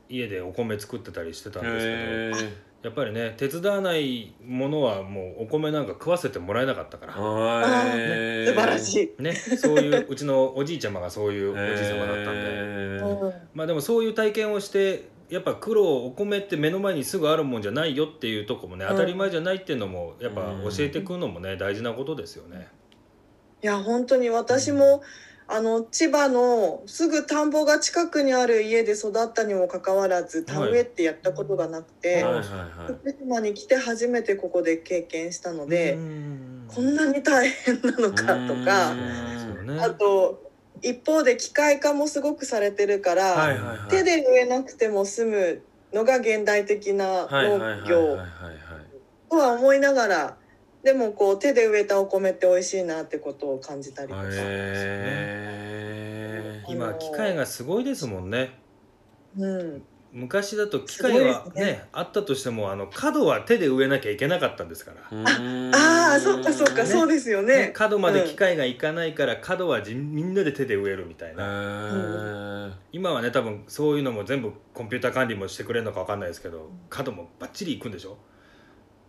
[SPEAKER 2] 家でお米作ってたりしてたんですけ
[SPEAKER 3] へー
[SPEAKER 2] どやっぱりね手伝わないものはもうお米なんか食わせてもらえなかったから。
[SPEAKER 3] は
[SPEAKER 4] 素晴らし
[SPEAKER 3] い
[SPEAKER 4] い。
[SPEAKER 2] ね、そういううちのおじいちゃまがそういうおじいちゃまだったんで
[SPEAKER 3] へー
[SPEAKER 4] うん
[SPEAKER 2] まあでもそういう体験をしてやっぱ苦労お米って目の前にすぐあるもんじゃないよっていうとこもね
[SPEAKER 4] うん
[SPEAKER 2] 当たり前じゃないっていうのもやっぱ
[SPEAKER 3] うん
[SPEAKER 2] 教えてくのもね大事なことですよね。
[SPEAKER 4] いや本当に私もあの千葉のすぐ田んぼが近くにある家で育ったにもかかわらず田植えってやったことがなくて、
[SPEAKER 3] はいはいはい
[SPEAKER 4] 福島に来て初めてここで経験したの
[SPEAKER 2] う
[SPEAKER 4] で、
[SPEAKER 2] ん
[SPEAKER 4] こんなに大変なのかと
[SPEAKER 2] そ
[SPEAKER 4] か、
[SPEAKER 2] うなんですよね
[SPEAKER 4] あと一方で機械化もすごくされてるから、
[SPEAKER 3] はいはいはい
[SPEAKER 4] 手で植えなくても済むのが現代的な
[SPEAKER 3] はいはいはい
[SPEAKER 4] 農
[SPEAKER 3] はい
[SPEAKER 4] 業
[SPEAKER 3] はい
[SPEAKER 4] とは思いながらでもこう手で植えたお米って美味しいなってことを感じたりとか。
[SPEAKER 3] へー
[SPEAKER 2] 今機械がすごいですもんね。
[SPEAKER 4] うん
[SPEAKER 2] 昔だと機械は
[SPEAKER 4] すごいです
[SPEAKER 2] ねあったとしてもあの角は手で植えなきゃいけなかったんですから。
[SPEAKER 3] うーん
[SPEAKER 4] ああ、そっかそっか、
[SPEAKER 2] ね
[SPEAKER 4] そうですよ
[SPEAKER 2] ね
[SPEAKER 4] ね。
[SPEAKER 2] 角まで機械がいかないから角はじみんなで手で植えるみたい
[SPEAKER 3] へ
[SPEAKER 2] な。
[SPEAKER 3] ー
[SPEAKER 2] 今はね多分そういうのも全部コンピューター管理もしてくれるのか分かんないですけど角もバッチリいくんでしょ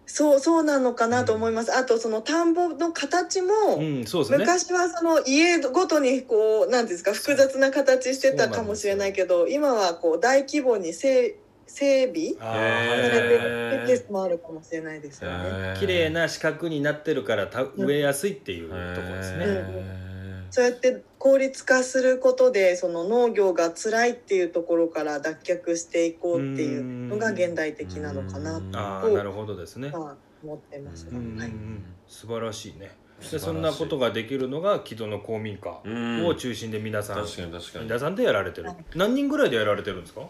[SPEAKER 4] そう、そうなのかなと思います。あと、その田んぼの形も、
[SPEAKER 2] うんそうですね
[SPEAKER 4] 昔はその家ごとにこう、なんていうんですか、複雑な形してたかもしれないけど、今はこう大規模に整整備
[SPEAKER 2] あ
[SPEAKER 4] さ
[SPEAKER 3] へ
[SPEAKER 4] れて
[SPEAKER 2] ー
[SPEAKER 4] るケースもあるかもしれないですよね。
[SPEAKER 3] へー
[SPEAKER 2] 綺麗な四角になってるからた植えやすいっていうところですね
[SPEAKER 3] へ
[SPEAKER 4] そうやって効率化することでその農業が辛いっていうところから脱却していこうっていうのが現代的なのかな
[SPEAKER 3] うん
[SPEAKER 2] ああなるほどですね
[SPEAKER 4] とは思ってます
[SPEAKER 3] う
[SPEAKER 2] うんうんう
[SPEAKER 4] ね。はい
[SPEAKER 2] ん素晴らしいね
[SPEAKER 3] ー
[SPEAKER 2] でそんなことができるのが木戸の公民館
[SPEAKER 3] うん
[SPEAKER 2] を中心で皆さん
[SPEAKER 3] 確かに確かに
[SPEAKER 2] 皆さんでやられてる
[SPEAKER 4] はい
[SPEAKER 2] 何人ぐらいでやられてるんですか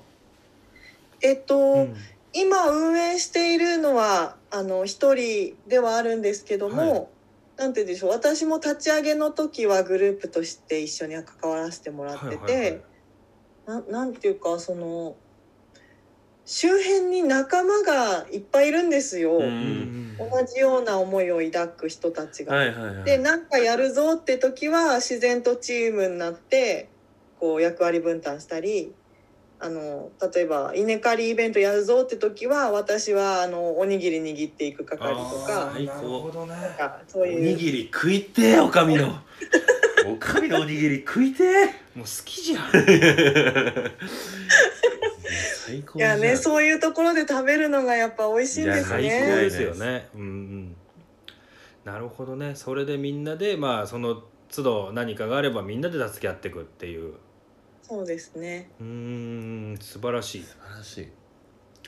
[SPEAKER 4] えっと、
[SPEAKER 2] うん
[SPEAKER 4] 今運営しているのはあの一人ではあるんですけども、
[SPEAKER 2] は
[SPEAKER 4] なんて言うんでしょう私も立ち上げの時はグループとして一緒に関わらせてもらっ
[SPEAKER 2] は
[SPEAKER 4] てて、
[SPEAKER 2] いはいはい
[SPEAKER 4] ななんていうかその周辺に仲間がいっぱいいるんですよ、
[SPEAKER 3] うん
[SPEAKER 2] うん
[SPEAKER 4] 同じような思いを抱く人たちが。
[SPEAKER 3] はいはいはい
[SPEAKER 4] でなんかやるぞって時は自然とチームになってこう役割分担したりあの例えば稲刈りイベントやるぞって時は私はあのおにぎり握っていく係と
[SPEAKER 2] あー
[SPEAKER 4] か
[SPEAKER 2] なるほどね
[SPEAKER 4] なんかそう
[SPEAKER 3] おに
[SPEAKER 4] いう
[SPEAKER 3] ぎり食いてえおかみのおかみのおにぎり食いてー
[SPEAKER 2] もう好きじゃん
[SPEAKER 3] 最高
[SPEAKER 4] い
[SPEAKER 3] じゃ
[SPEAKER 4] や
[SPEAKER 3] ん
[SPEAKER 4] ねそういうところで食べるのがやっぱ美味しいんです
[SPEAKER 2] 最
[SPEAKER 3] いや
[SPEAKER 2] 高
[SPEAKER 3] 最
[SPEAKER 4] ね
[SPEAKER 2] ですよね。うんうん。なるほどね。それでみんなでまあその都度何かがあればみんなで助け合っていくっていう。
[SPEAKER 4] そうですね
[SPEAKER 2] うーん素晴らしい。
[SPEAKER 3] 素晴らしい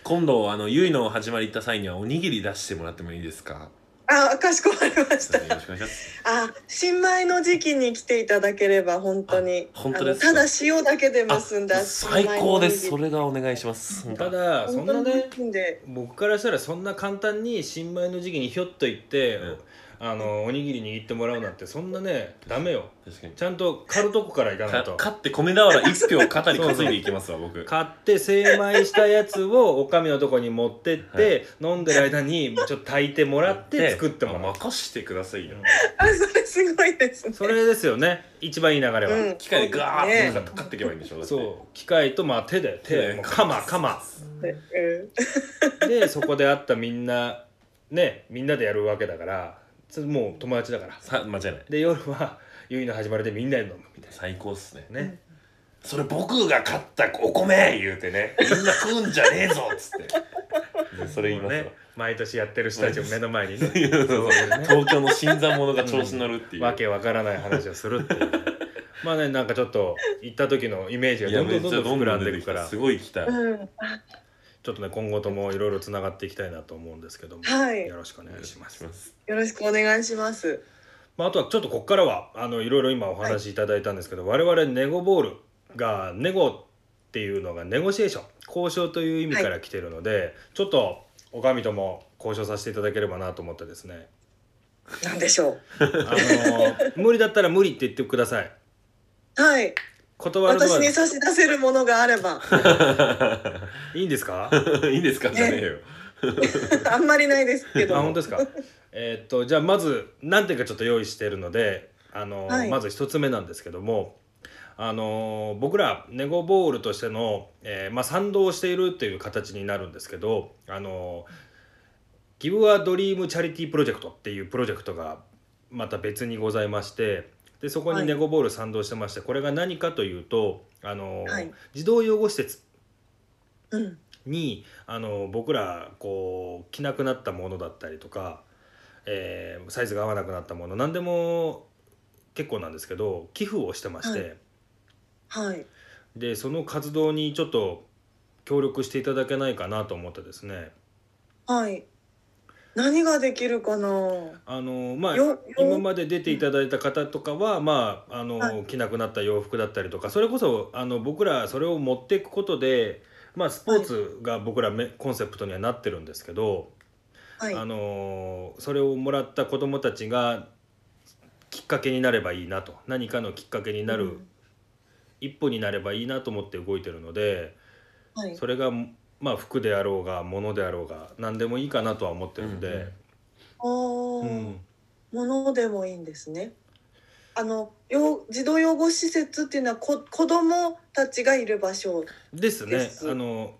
[SPEAKER 3] 今度あのゆいの始まり行った際にはおにぎり出してもらってもいいです か
[SPEAKER 4] あかしこまりまし
[SPEAKER 3] よ
[SPEAKER 4] た
[SPEAKER 3] ろしくお願いします
[SPEAKER 4] あ新米の時期に来ていただければ本当に
[SPEAKER 3] あ本当ですか
[SPEAKER 4] あのただ塩だけで結んだ
[SPEAKER 3] あ最高ですそれがお願いします本当
[SPEAKER 2] ただそ
[SPEAKER 4] 本
[SPEAKER 2] ん
[SPEAKER 4] 当
[SPEAKER 2] な
[SPEAKER 4] に美
[SPEAKER 2] ね
[SPEAKER 4] 味しいんで
[SPEAKER 2] 僕からしたらそんな簡単に新米の時期にひょっと行って、
[SPEAKER 3] うん
[SPEAKER 2] あのおにぎり握ってもらうなんてそんなねダメよ。
[SPEAKER 3] 確かに
[SPEAKER 2] ちゃんと買うとこから行かない
[SPEAKER 3] か
[SPEAKER 2] と。
[SPEAKER 3] 勝って米俵一票肩に担いでいきますわ僕
[SPEAKER 2] 買って精米したやつをおかみのとこに持ってって、飲んでる間にちょっと炊いてもらって作ってもらう
[SPEAKER 3] あ任してくださいよ
[SPEAKER 4] あそれすごいですね
[SPEAKER 2] それですよね一番いい流れは、
[SPEAKER 4] うん
[SPEAKER 3] 機械でガーッ
[SPEAKER 2] そうです
[SPEAKER 3] と
[SPEAKER 2] ね
[SPEAKER 3] かっていけばいいんでしょだって
[SPEAKER 2] そう機械とまあ手で手
[SPEAKER 3] ね
[SPEAKER 2] もう カマカマ
[SPEAKER 4] うん
[SPEAKER 2] でそこで会ったみんなねみんなでやるわけだからそれもう友達だから
[SPEAKER 3] さ間違いない
[SPEAKER 2] で夜はゆいの始まりでみんなで飲むみたい
[SPEAKER 3] 最高っすね
[SPEAKER 2] なね
[SPEAKER 3] それ僕が買ったお米言うてねみんな食うんじゃねえぞっつ ってそれ言いますわ
[SPEAKER 2] ね毎年やってる人たちを目の前 にね
[SPEAKER 3] いやそうそう東京の新参者が調子乗るっていう、
[SPEAKER 2] わけわからない話をするっ ていうまあねなんかちょっと行った時のイメージが
[SPEAKER 3] い
[SPEAKER 2] ど
[SPEAKER 3] や
[SPEAKER 2] んど
[SPEAKER 3] めっ
[SPEAKER 2] んど
[SPEAKER 3] ちゃ
[SPEAKER 2] んど
[SPEAKER 3] ど
[SPEAKER 2] ん
[SPEAKER 3] ん
[SPEAKER 2] 膨
[SPEAKER 3] ど
[SPEAKER 2] ら
[SPEAKER 3] ん
[SPEAKER 2] ん
[SPEAKER 3] 出
[SPEAKER 2] で
[SPEAKER 3] て
[SPEAKER 2] い
[SPEAKER 3] き
[SPEAKER 2] くか
[SPEAKER 3] た
[SPEAKER 2] ら
[SPEAKER 3] す
[SPEAKER 2] ち
[SPEAKER 3] ごい行きたい、
[SPEAKER 4] うん
[SPEAKER 2] ょっとね今後ともいろいろつながっていきたいなと思うんですけども、
[SPEAKER 4] はい
[SPEAKER 2] よろしくお願いします。
[SPEAKER 4] よろしくお願いします
[SPEAKER 2] まあ、あとはちょっとここからはあのいろいろ今お話しいただいたんですけど、我々ネゴボールがネゴっていうのがネゴシエーション交渉という意味から来てるので、ちょっとおかみとも交渉させていただければなと思ってです ね
[SPEAKER 4] なんでしょ
[SPEAKER 2] あの無理だったら無理って言ってくださいう
[SPEAKER 4] はい
[SPEAKER 2] 断るの
[SPEAKER 4] 私
[SPEAKER 2] は
[SPEAKER 4] に差し出せるものがあれば
[SPEAKER 2] いいんですか
[SPEAKER 3] いいんですかじゃねえよ
[SPEAKER 4] あんまりないですけ
[SPEAKER 2] あ
[SPEAKER 4] ど
[SPEAKER 2] 本当ですかえーっとじゃあまず何点かちょっと用意してるのであの、
[SPEAKER 4] はい
[SPEAKER 2] まず一つ目なんですけどもあのー僕らネゴボールとしての、えーまあ、賛同しているっていう形になるんですけどあのーギブ・ア・ドリーム・チャリティー・プロジェクトっていうプロジェクトがまた別にございましてでそこ
[SPEAKER 4] は
[SPEAKER 2] に
[SPEAKER 4] い
[SPEAKER 2] ネゴボール賛同してまして、これが何かというとあのー
[SPEAKER 4] はい
[SPEAKER 2] 児童養護施設
[SPEAKER 4] うん
[SPEAKER 2] にあの僕らこう着なくなったものだったりとか、えーサイズが合わなくなったもの何でも結構なんですけど寄付をしてまして、
[SPEAKER 4] ははい
[SPEAKER 2] でその活動にちょっと協力していただけないかなと思ってですね
[SPEAKER 4] はい何ができるかな
[SPEAKER 2] あのまあ
[SPEAKER 4] よよ
[SPEAKER 2] 今まで出ていただいた方とかは、まああの、
[SPEAKER 4] は
[SPEAKER 2] 着なくなった洋服だったりとかそれこそあの僕らそれを持っていくことで、まあ、スポーツが僕らめ、コンセプトにはなってるんですけど。
[SPEAKER 4] はい
[SPEAKER 2] あのーそれをもらった子どもたちがきっかけになればいいなと何かのきっかけになる、
[SPEAKER 4] うん
[SPEAKER 2] 一歩になればいいなと思って動いてるので
[SPEAKER 4] はい
[SPEAKER 2] それが、まあ、服であろうが物であろうが何でもいいかなとは思ってるので、
[SPEAKER 4] あー
[SPEAKER 2] うん
[SPEAKER 4] ものでもいいんですね。あの養児童養護施設っていうのはこ子どもたちがいる場所
[SPEAKER 2] ですね
[SPEAKER 4] です
[SPEAKER 2] あの、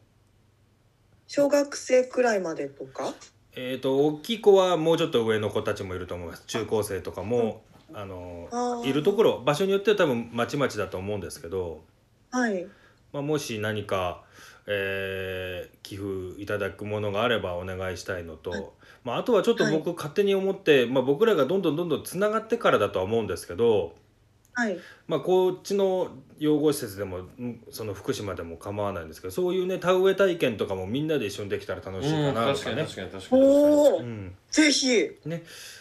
[SPEAKER 4] 小学生くらいまでとか
[SPEAKER 2] えー、と大きい子はもうちょっと上の子たちもいると思います中高生とかも、あのー
[SPEAKER 4] あー
[SPEAKER 2] いるところ場所によっては多分まちまちだと思うんですけど。
[SPEAKER 4] はい
[SPEAKER 2] まあ、もし何か、えー寄付いただくものがあればお願いしたいのと、
[SPEAKER 4] はい
[SPEAKER 2] まあ、あとはちょっと僕勝手に思って、まあ、僕らがどんどんどんどんつながってからだとは思うんですけど、
[SPEAKER 4] はい
[SPEAKER 2] まあ、こっちの養護施設でもんその福島でも構わないんですけどそういうね田植え体験とかもみんなで一緒にできたら楽しいかなと
[SPEAKER 3] 確
[SPEAKER 2] か
[SPEAKER 3] かに
[SPEAKER 2] ね。
[SPEAKER 3] 確かに確かに
[SPEAKER 4] おお、
[SPEAKER 2] うん
[SPEAKER 4] ぜひ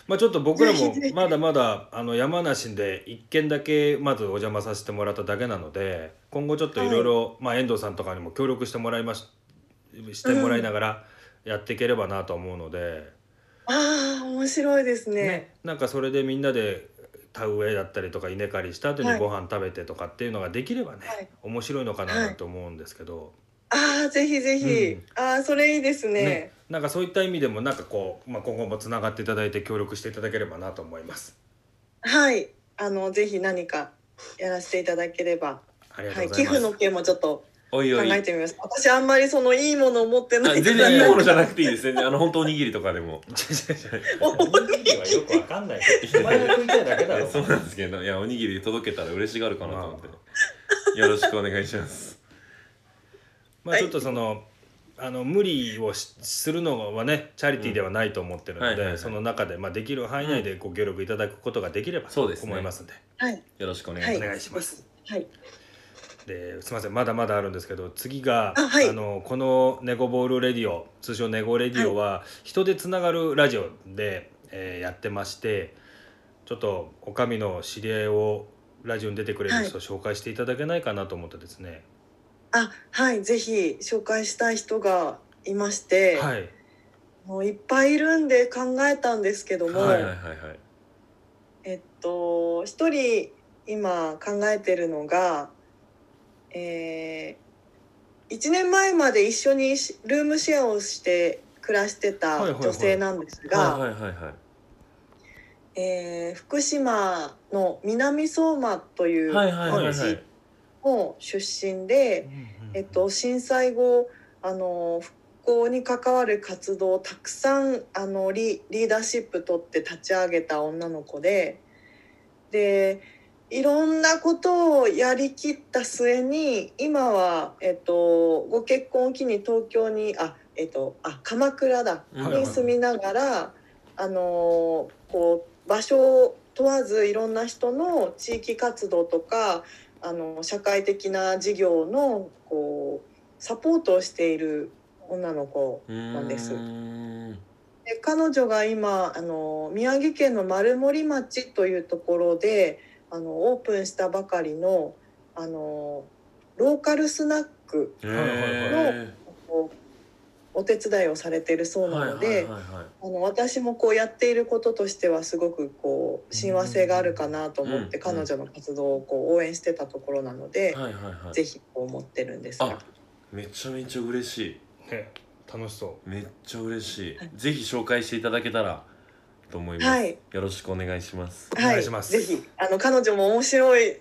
[SPEAKER 2] まあ、ちょっと僕ら
[SPEAKER 4] ぜ
[SPEAKER 2] も
[SPEAKER 4] ひぜひ
[SPEAKER 2] まだまだあの山梨で一軒だけまずお邪魔させてもらっただけなので今後ちょっといろいろまあ遠藤さんとかにも協力してもらいまししてもらいながらやっていければなと思うので、
[SPEAKER 4] ああ面白いですね
[SPEAKER 2] ね、なんかそれでみんなで田植えだったりとか稲刈りした後
[SPEAKER 4] は
[SPEAKER 2] に
[SPEAKER 4] い
[SPEAKER 2] ご飯食べてとかっていうのができればね、
[SPEAKER 4] はい
[SPEAKER 2] 面白いのかなと思うんですけど、
[SPEAKER 4] ああぜひぜひ、
[SPEAKER 2] うん
[SPEAKER 4] ああそれいいですね
[SPEAKER 2] ねなんかそういった意味でもなんかこう、まあ、今後もつながっていただいて協力していただければなと思います。
[SPEAKER 4] はいあのぜひ何かやらせていただければ
[SPEAKER 2] ありがと
[SPEAKER 4] は
[SPEAKER 2] う
[SPEAKER 4] い
[SPEAKER 2] ござい
[SPEAKER 4] 寄
[SPEAKER 2] ます、
[SPEAKER 4] 付の件もちょっと
[SPEAKER 3] おい
[SPEAKER 4] 考
[SPEAKER 3] おい
[SPEAKER 4] えてみます。私あんまりそのいいものを持って
[SPEAKER 3] あ
[SPEAKER 4] ない
[SPEAKER 3] 全然いいも のじゃなくていいです全然あの本当おにぎりとかでも
[SPEAKER 4] お
[SPEAKER 2] おにぎりはよくわかんないお前が食いたいだけ
[SPEAKER 3] い
[SPEAKER 2] だ
[SPEAKER 3] や
[SPEAKER 2] ろ
[SPEAKER 3] そうなんですけどいやおにぎり届けたら嬉しがるかなと思って、よろしくお願いします
[SPEAKER 2] まあちょっとそのあの無理をしするのはねチャリティーではないと思ってる
[SPEAKER 3] うんは
[SPEAKER 2] の
[SPEAKER 3] いはいは
[SPEAKER 2] で
[SPEAKER 3] い
[SPEAKER 2] その中でまあできる範囲内でご協力いただくことができればと
[SPEAKER 3] そうですね
[SPEAKER 2] 思いますんで
[SPEAKER 4] はい。
[SPEAKER 3] よろしくお願いします、
[SPEAKER 2] お願いします。
[SPEAKER 4] はい。
[SPEAKER 2] ですみませんまだまだあるんですけど次が
[SPEAKER 4] あはい
[SPEAKER 2] あのこの「ネゴボールレディオ」通称「ネゴレディオ」は人でつながるラジオでえーやってましてちょっとおかみの知り合いをラジオに出てくれる人を紹介していただけないかなと思ってですね
[SPEAKER 4] あ、はい。ぜひ紹介したい人がいまして、
[SPEAKER 2] はい
[SPEAKER 4] もういっぱいいるんで考えたんですけども、
[SPEAKER 3] はいはいはいはい
[SPEAKER 4] えっと一人今考えてるのが、えー、1年前まで一緒にしルームシェアをして暮らしてた
[SPEAKER 2] はいはいはい
[SPEAKER 4] 女性なんですが、
[SPEAKER 3] はいはいはいはい
[SPEAKER 4] えー福島の南相馬という
[SPEAKER 3] はいはいはいはい
[SPEAKER 2] は
[SPEAKER 4] 町の出身で、えっと、震災後あの復興に関わる活動をたくさんあのリリーダーシップ取って立ち上げた女の子ででいろんなことをやりきった末に今は、えっと、ご結婚を機に東京にあ、えっと、あ鎌倉だ
[SPEAKER 3] うん
[SPEAKER 2] はい
[SPEAKER 4] に住みながら、あのこう場所を問わずいろんな人の地域活動とかあの社会的な事業のこうサポートをしている女の子
[SPEAKER 3] うーん
[SPEAKER 4] なんです
[SPEAKER 3] うん
[SPEAKER 4] で彼女が今あの宮城県の丸森町というところであのオープンしたばかりのあのローカルスナック
[SPEAKER 3] へー
[SPEAKER 4] をお手伝いをされているそうなので。
[SPEAKER 3] はいはいはいはい
[SPEAKER 4] あの私もこうやっていることとしてはすごくこう親和性があるかなと思って
[SPEAKER 3] うんうん
[SPEAKER 4] 彼女の活動をこう応援してたところなので、
[SPEAKER 3] はいはいはい
[SPEAKER 4] ぜひこう思ってるんです
[SPEAKER 3] あ
[SPEAKER 4] が
[SPEAKER 3] めちゃめちゃ嬉しい
[SPEAKER 2] ね楽しそ
[SPEAKER 3] めっちゃ嬉しい、
[SPEAKER 4] はい
[SPEAKER 3] ぜひ紹介していただけたらと思います、
[SPEAKER 4] はい
[SPEAKER 3] よろしくお願いします
[SPEAKER 2] お願
[SPEAKER 4] はいい
[SPEAKER 2] します
[SPEAKER 4] ぜひあの彼女も面白い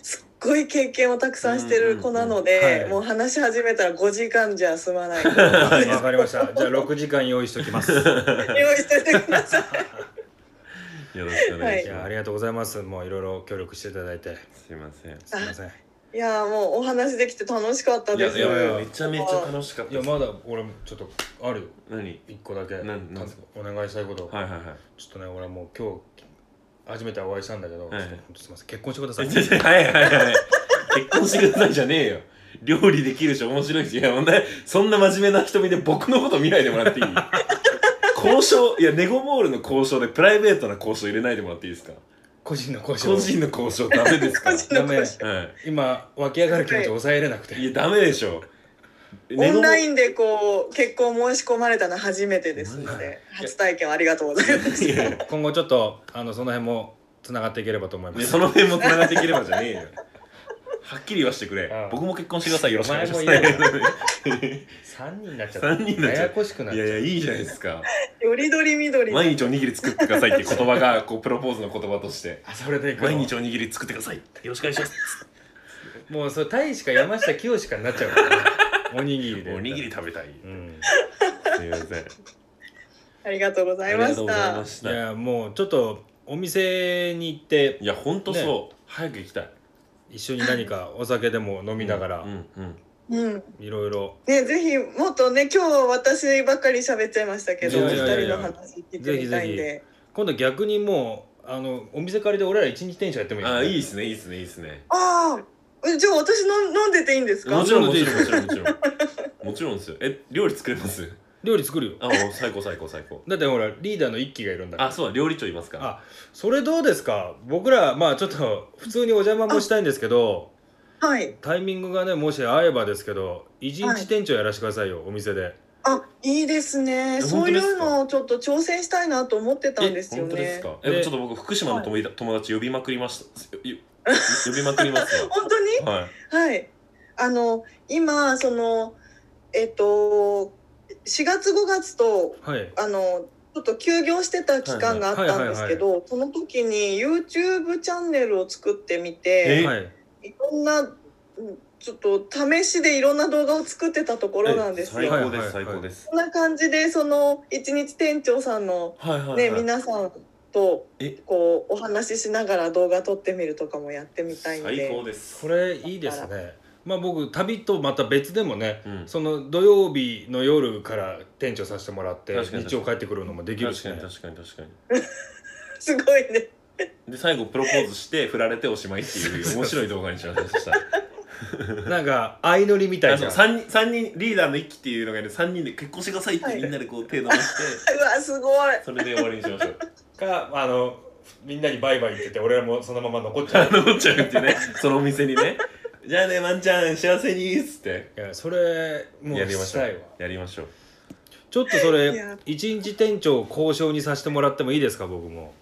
[SPEAKER 4] すっごい経験をたくさんしてる子なの
[SPEAKER 2] う
[SPEAKER 4] で、
[SPEAKER 2] んうんうんはい
[SPEAKER 4] もう話し始めたら5時間じゃ済まない
[SPEAKER 2] うはいわかりましたじゃあ6時間用意しておき ます
[SPEAKER 4] 用意しててください
[SPEAKER 3] よろしくお願い
[SPEAKER 2] い
[SPEAKER 3] し
[SPEAKER 2] や
[SPEAKER 3] ま
[SPEAKER 2] あ
[SPEAKER 3] す、
[SPEAKER 2] りがとうございますもういろいろ協力していただいて
[SPEAKER 3] すいません
[SPEAKER 2] すみません
[SPEAKER 4] いやーもうお話できて楽しかった
[SPEAKER 3] い
[SPEAKER 4] で
[SPEAKER 3] や
[SPEAKER 4] す
[SPEAKER 3] いやめちゃめちゃ楽しかった
[SPEAKER 2] い
[SPEAKER 3] で
[SPEAKER 2] や
[SPEAKER 3] す
[SPEAKER 2] まだ俺もちょっとあるよ
[SPEAKER 3] 何
[SPEAKER 2] 一個だけ
[SPEAKER 3] なんなんですか
[SPEAKER 2] お願いしたいこと、
[SPEAKER 3] はいはいはい
[SPEAKER 2] ちょっとね俺はもう今日初めてお会いしたんだけど、
[SPEAKER 3] はい
[SPEAKER 2] ちょっとほんとすみません結婚してくださ
[SPEAKER 3] はいいはいはい結婚してくださいじゃねえよ料理できるし面白いしいや問題そんな真面目な瞳で僕のこと見ないでもらっていい交渉いやネゴボールの交渉でプライベートな交渉入れないでもらっていいですか
[SPEAKER 2] 個人の交渉
[SPEAKER 3] 個人の交渉ダメ ですか
[SPEAKER 4] 個人
[SPEAKER 2] ダメ
[SPEAKER 3] はい
[SPEAKER 2] 今湧き上がる気持ちを抑えれなくて、
[SPEAKER 3] いやダメでしょ
[SPEAKER 4] オンライ
[SPEAKER 3] ン
[SPEAKER 4] ンでこう結婚申し込まれたの初めてですの
[SPEAKER 2] はい
[SPEAKER 4] で初体験をありがとうございます。
[SPEAKER 2] 今後ちょっとあのその辺もつながっていければと思います、
[SPEAKER 3] その辺も繋がっていければじゃねえよはっきり言わしてくれ
[SPEAKER 2] うん
[SPEAKER 3] 僕も結婚してくださいよろしくお願いします
[SPEAKER 2] お前も3人になっちゃった
[SPEAKER 3] 三人になっちゃった
[SPEAKER 2] ややこしくなっ
[SPEAKER 3] い
[SPEAKER 2] ちゃ
[SPEAKER 3] や
[SPEAKER 2] う
[SPEAKER 3] いやいいじゃないです か
[SPEAKER 4] よりどりみどりの
[SPEAKER 3] 毎日おにぎり作ってくださいっていう言葉がこうプロポーズの言葉として
[SPEAKER 2] あそれでいくの
[SPEAKER 3] 毎日おにぎり作ってくださいよろしくお願いします
[SPEAKER 2] もうそれ大しか山下清しかになっちゃうから、ね、おにぎり で
[SPEAKER 3] おにぎり食べたい
[SPEAKER 2] うん
[SPEAKER 3] すいません
[SPEAKER 4] ありがとうございました。
[SPEAKER 3] しい
[SPEAKER 2] い
[SPEAKER 3] や
[SPEAKER 2] やもうちょっとお店に行って
[SPEAKER 3] いやほんとそう早く行きたい
[SPEAKER 2] 一緒に何かお酒でも飲みながら
[SPEAKER 3] うんうん
[SPEAKER 4] うん、
[SPEAKER 2] いろいろ
[SPEAKER 4] ね、ぜひもっとね、今日は私ばっかり喋っちゃいましたけど、
[SPEAKER 3] い
[SPEAKER 4] お
[SPEAKER 3] や
[SPEAKER 4] 二
[SPEAKER 3] いやい
[SPEAKER 4] 人
[SPEAKER 2] や
[SPEAKER 4] の話聞いてみたいんで。
[SPEAKER 2] 今度逆にもうあのお店借りで俺ら一日店長やってもいい
[SPEAKER 3] あいい
[SPEAKER 2] い
[SPEAKER 3] ですねいいですねいいですね
[SPEAKER 4] ああ、えじゃあ、私の飲んでていいんですか
[SPEAKER 3] も。ちろんもちろんもちろんもちろんもちろんですよえ料理作れます
[SPEAKER 2] 料理作るよ
[SPEAKER 3] あもう最高最高最高
[SPEAKER 2] だってほらリーダーの一期がいるんだから
[SPEAKER 3] あそうだ料理長いますから
[SPEAKER 2] あそれどうですか僕らまあちょっと普通にお邪魔もしたいんですけど
[SPEAKER 4] はい、
[SPEAKER 2] タイミングがねもし合えばですけど一
[SPEAKER 4] はい
[SPEAKER 2] 日店長やらしてくださいよ、お店で
[SPEAKER 4] あ、いいですね。
[SPEAKER 3] え
[SPEAKER 4] そう
[SPEAKER 3] 本当
[SPEAKER 4] い
[SPEAKER 3] で
[SPEAKER 4] う
[SPEAKER 3] すか
[SPEAKER 4] のをちょっと挑戦したいなと思ってたんですよ
[SPEAKER 3] 本当です
[SPEAKER 4] ね。
[SPEAKER 3] か
[SPEAKER 2] で
[SPEAKER 3] えちょっと僕福島の友達友達呼びまくりましたよ よ呼びまくりますよ
[SPEAKER 4] 本当に。
[SPEAKER 3] はい
[SPEAKER 4] はい。あの、今、その、えっと、4月5月と
[SPEAKER 2] はい
[SPEAKER 4] あのちょっと休業してた期間があったんですけどその時に YouTube チャンネルを作ってみて
[SPEAKER 3] え
[SPEAKER 2] はい
[SPEAKER 4] いろんなうんちょっと試しでいろんな動画を作ってたところなんです
[SPEAKER 3] 最
[SPEAKER 4] よ。
[SPEAKER 3] 高です、
[SPEAKER 2] はいはいはい
[SPEAKER 3] 最高です。
[SPEAKER 4] こんな感じでその一日店長さんの
[SPEAKER 3] はいはい、はい。
[SPEAKER 4] ね、皆さんと
[SPEAKER 3] え
[SPEAKER 4] こうお話ししながら動画撮ってみるとかもやってみたいん
[SPEAKER 3] 最高
[SPEAKER 4] で。
[SPEAKER 3] です。
[SPEAKER 2] これいいですねまあ僕旅とまた別でもね
[SPEAKER 3] うん、
[SPEAKER 2] その土曜日の夜から店長させてもらって
[SPEAKER 3] 確かに確か
[SPEAKER 2] 日
[SPEAKER 3] に
[SPEAKER 2] 曜帰ってくるのもできる
[SPEAKER 3] 確
[SPEAKER 2] し
[SPEAKER 3] かに
[SPEAKER 2] ね
[SPEAKER 3] 確かに確かに。
[SPEAKER 4] すごいね。
[SPEAKER 3] で最後プロポーズして振られておしまいっていう面白い動画にしま した。
[SPEAKER 2] なんか相乗りみたい
[SPEAKER 3] あ
[SPEAKER 2] じゃ
[SPEAKER 3] の
[SPEAKER 2] ん
[SPEAKER 3] 三人三人リーダーの一期っていうのがね三人で結婚してくださいってみんなでこう手伸ばして
[SPEAKER 4] うわすごい。
[SPEAKER 3] それで終わりにしましょう。
[SPEAKER 2] かあのみんなにバイバイって言って俺らもそのまま残っちゃう
[SPEAKER 3] 残っちゃうっていうね そのお店にね。じゃあねまんちゃん幸せにっつって
[SPEAKER 2] いやそれもう
[SPEAKER 3] やりま
[SPEAKER 2] し
[SPEAKER 3] しょ
[SPEAKER 2] たいわ
[SPEAKER 3] う。やりましょう。
[SPEAKER 2] ちょっとそ
[SPEAKER 4] い
[SPEAKER 2] れ
[SPEAKER 4] や
[SPEAKER 2] 一日店長を交渉にさせてもらってもいいですか僕も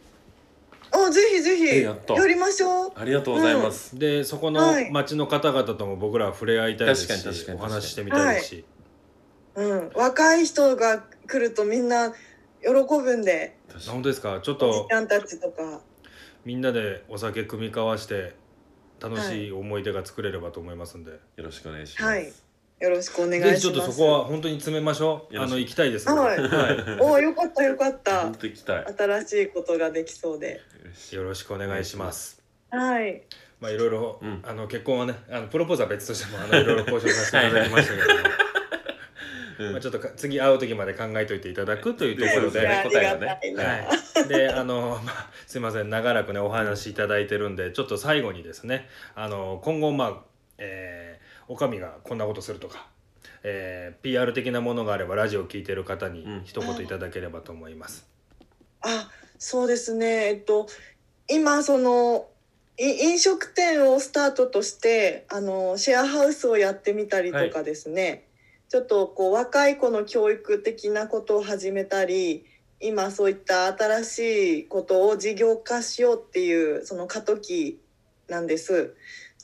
[SPEAKER 4] あぜひぜ
[SPEAKER 3] え
[SPEAKER 4] ひ
[SPEAKER 3] やった
[SPEAKER 4] やりましょう。
[SPEAKER 3] ありがとうございます。
[SPEAKER 2] でそこ
[SPEAKER 4] は
[SPEAKER 2] の
[SPEAKER 4] い
[SPEAKER 2] 町の方々とも僕らは触れ合いたいです
[SPEAKER 3] 確かに確
[SPEAKER 2] し
[SPEAKER 3] かに
[SPEAKER 2] お
[SPEAKER 3] 確かに
[SPEAKER 2] 話ししてみたいですし
[SPEAKER 4] うん、若い人が来るとみんな喜ぶんで、
[SPEAKER 3] 確
[SPEAKER 2] あ
[SPEAKER 3] か
[SPEAKER 2] 本
[SPEAKER 3] に
[SPEAKER 2] 当ですかちょっ
[SPEAKER 4] おじ
[SPEAKER 2] と
[SPEAKER 4] ちゃんたちとか。
[SPEAKER 2] みんなでお酒組み交わして楽しい思い出が作れればと思いますんで、
[SPEAKER 3] よろしくお願いします。
[SPEAKER 4] はい。よろしくお願いしま
[SPEAKER 2] ぜ
[SPEAKER 4] す。
[SPEAKER 2] ひちょっとそこは本当に詰めましょう
[SPEAKER 3] よ
[SPEAKER 2] あ
[SPEAKER 3] ろしく
[SPEAKER 2] の行きたいですので
[SPEAKER 4] はいおお、よかった、よかっ
[SPEAKER 3] 本
[SPEAKER 4] た。
[SPEAKER 3] 当行きたい。
[SPEAKER 4] 新しいことができそうで。
[SPEAKER 2] よろしくお願いします
[SPEAKER 4] はい。
[SPEAKER 2] まあいろいろ、
[SPEAKER 3] うん
[SPEAKER 2] あの結婚はねあのプロポーズは別としてもあのい ろいろ交渉させていただきましたけども
[SPEAKER 3] うん
[SPEAKER 2] まあちょっとか次会う時まで考えといていただくというところ
[SPEAKER 3] そう
[SPEAKER 4] い
[SPEAKER 3] です
[SPEAKER 2] で
[SPEAKER 4] やあ
[SPEAKER 3] ね
[SPEAKER 4] りがたいな。
[SPEAKER 2] はい、であの、まあ、すいません長らくねお話しいただいてるんでちょっと最後にですねあの今後まあ、えー、お上がこんなことするとか、えー、PR 的なものがあればラジオを聞いてる方に
[SPEAKER 3] うん
[SPEAKER 2] 一言いただければと思います。
[SPEAKER 4] あ、そうですね。えっと、今その。い飲食店をスタートとしてあのシェアハウスをやってみたりとかですね、ちょっとこう若い子の教育的なことを始めたり今そういった新しいことを事業化しようっていうその過渡期なんです。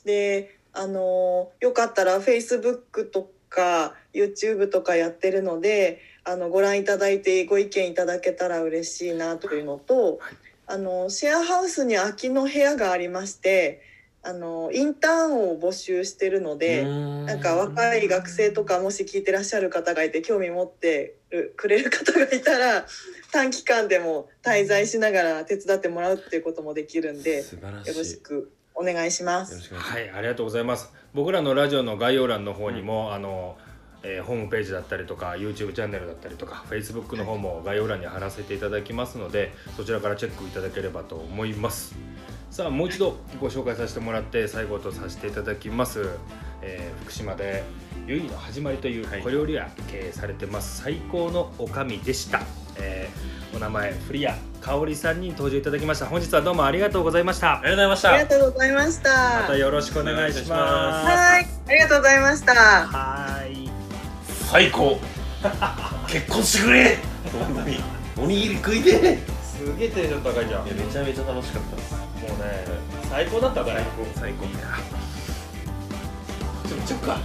[SPEAKER 4] であのよかったら Facebook とか YouTube とかやってるのであのご覧いただいてご意見いただけたら嬉しいなというのと、
[SPEAKER 2] はい
[SPEAKER 4] あのシェアハウスに空きの部屋がありましてあのインターンを募集してるので。
[SPEAKER 3] な
[SPEAKER 4] なんか若い学生とかもし聞いてらっしゃる方がいて興味持ってるくれる方がいたら短期間でも滞在しながら手伝ってもらうっていうこともできるんでよ
[SPEAKER 3] 素晴らしい。
[SPEAKER 4] ろしくお願いしま
[SPEAKER 3] よろ
[SPEAKER 4] す。
[SPEAKER 3] しくお願いします。
[SPEAKER 2] はい、ありがとうございます。僕らのラジオの概要欄の方にも、あの、えーホームページだったりとか YouTube チャンネルだったりとか Facebook の方も概要欄に貼らせていただきますのでそちらからチェックいただければと思いますさあもう一度ご紹介させてもらって最後とさせていただきます、えー福島でゆいの始まりという小料理屋経営されてます最高のおかみでした、えーお名前フリア香織さんに登場いただきました本日はどうもありがとうございました
[SPEAKER 3] ありがとうござい
[SPEAKER 4] あ
[SPEAKER 3] まし
[SPEAKER 4] りがとうございました。
[SPEAKER 2] またよろしくお願いします
[SPEAKER 4] はい、ありがとうございました。
[SPEAKER 2] はい。
[SPEAKER 3] た。最高。結婚してくれ。本当に。おにぎり食いてえ。いや
[SPEAKER 2] すげえテンション高いじゃん。もうね、
[SPEAKER 3] めちゃめちゃ楽しかったです。
[SPEAKER 2] 最高だったから。
[SPEAKER 3] 最高。ちょちょっか。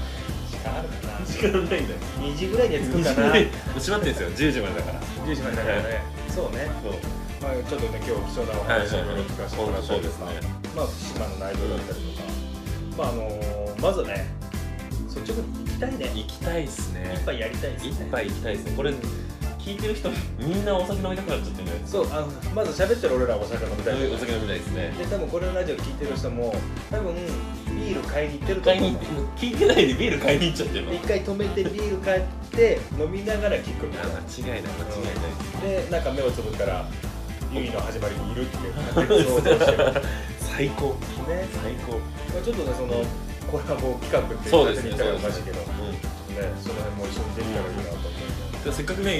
[SPEAKER 2] 時間あるかな。
[SPEAKER 3] 時間ないんだよ。
[SPEAKER 2] 2時ぐらいには
[SPEAKER 3] も
[SPEAKER 2] 着
[SPEAKER 3] う
[SPEAKER 2] くかな。10
[SPEAKER 3] 閉まってんですよ。10時までだから。
[SPEAKER 2] 時までだからね。そうね。
[SPEAKER 3] そう。
[SPEAKER 2] まあちょっとね今日貴重なお話をいろいろ聞かせてもらったりとか
[SPEAKER 3] はいはいはいそうですね、
[SPEAKER 2] まあ福島の内容だったりとか、まああのーまずね、率直に行きたいね。
[SPEAKER 3] 行きたいですね。
[SPEAKER 2] 一杯やりたいですね。
[SPEAKER 3] 一杯行きたいですね。これ聞いてる人みんなお酒飲みたくなっちゃってるんじゃないです
[SPEAKER 2] そうあのまず喋ってる俺らはお酒飲みたい
[SPEAKER 3] か。お酒飲みたいですね。
[SPEAKER 2] で多分これのラジオ聞いてる人も多分ビール買いに行ってると
[SPEAKER 3] 買い
[SPEAKER 2] 思う
[SPEAKER 3] に行って聞いてないでビール買いに行っちゃってるの。
[SPEAKER 2] で一回止めてビール買って飲みながら聞くみたいな
[SPEAKER 3] 間違いない間違いない。
[SPEAKER 2] でなんか目をつぶったらゆいの始まりにいるっていう感じで想 像してるね
[SPEAKER 3] 最高最高
[SPEAKER 2] まあちょっとねそのコラボ企画っていう
[SPEAKER 3] そう
[SPEAKER 2] 感
[SPEAKER 3] で
[SPEAKER 2] じ
[SPEAKER 3] す
[SPEAKER 2] で
[SPEAKER 3] ね
[SPEAKER 2] 言ったらおかしいけどね
[SPEAKER 3] う
[SPEAKER 2] その辺も一緒にできたらいいなと思って
[SPEAKER 3] んせっかくね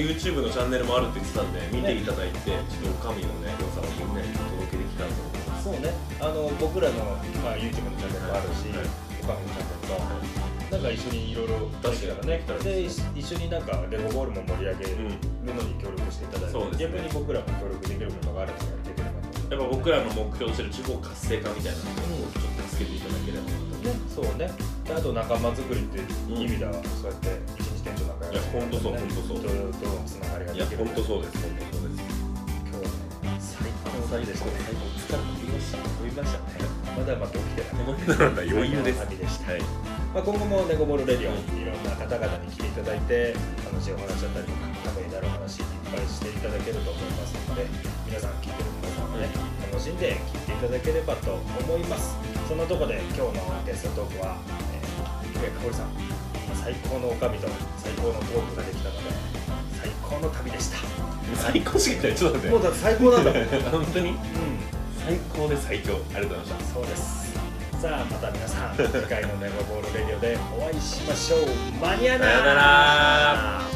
[SPEAKER 3] YouTube のチャンネルもあるって言ってたんで見ていただいて、ちょっとおかみのね良さをみんなにお届けできたらと思います
[SPEAKER 2] そうねあの僕らの、まあ、YouTube のチャンネルもあるし、
[SPEAKER 3] はい
[SPEAKER 2] おかみのチャンネルもなんか一緒にいろいろ出してからね
[SPEAKER 3] 確かに
[SPEAKER 2] で一緒になんかレゴボールも盛り上げる
[SPEAKER 3] うん
[SPEAKER 2] のに協力していただいて、
[SPEAKER 3] そうですね
[SPEAKER 2] 逆に僕らも協力できることがあるのでやっていければと思います
[SPEAKER 3] やっぱ僕らの目標としてる地方活性化みたいなのをちょっとつけていただければなと
[SPEAKER 2] ね、そうねであと仲間作りって意味だわ、そうやって一日店長なんかやる
[SPEAKER 3] いやほんとそうほんとそう
[SPEAKER 2] 人とのつながり
[SPEAKER 3] い
[SPEAKER 2] がで
[SPEAKER 3] や
[SPEAKER 2] きる
[SPEAKER 3] 本当そうです本当そうです
[SPEAKER 2] 今日はね最高の日でし
[SPEAKER 3] 最高疲れ
[SPEAKER 2] たね
[SPEAKER 3] 飛びました飛びましたね
[SPEAKER 2] まだまだ起きて
[SPEAKER 3] この人なん
[SPEAKER 2] ない
[SPEAKER 3] だ余裕です
[SPEAKER 2] 旅でした
[SPEAKER 3] はい
[SPEAKER 2] まあ、今後もネゴボールレディオいろんな方々に来ていただいて楽しいお話だったりためになるお話いっぱいしていただけると思いますので皆さん聞いてる皆さんもね楽しんで聞いていただければと思いますそんなとこで今日のゲストトークは、えー、井上香織さん最高の女将と最高のトークができたので最高の旅でした
[SPEAKER 3] 最高すぎたよちょっと待
[SPEAKER 2] も
[SPEAKER 3] っ
[SPEAKER 2] う
[SPEAKER 3] て
[SPEAKER 2] だって最高なんだもん、う
[SPEAKER 3] 本当に
[SPEAKER 2] ん
[SPEAKER 3] 最高で最強ありがとうございました
[SPEAKER 2] そうですさあまた皆さん次回の「ネゴボールレディオ」でお会いしましょうマニアナ
[SPEAKER 3] さよな
[SPEAKER 2] ら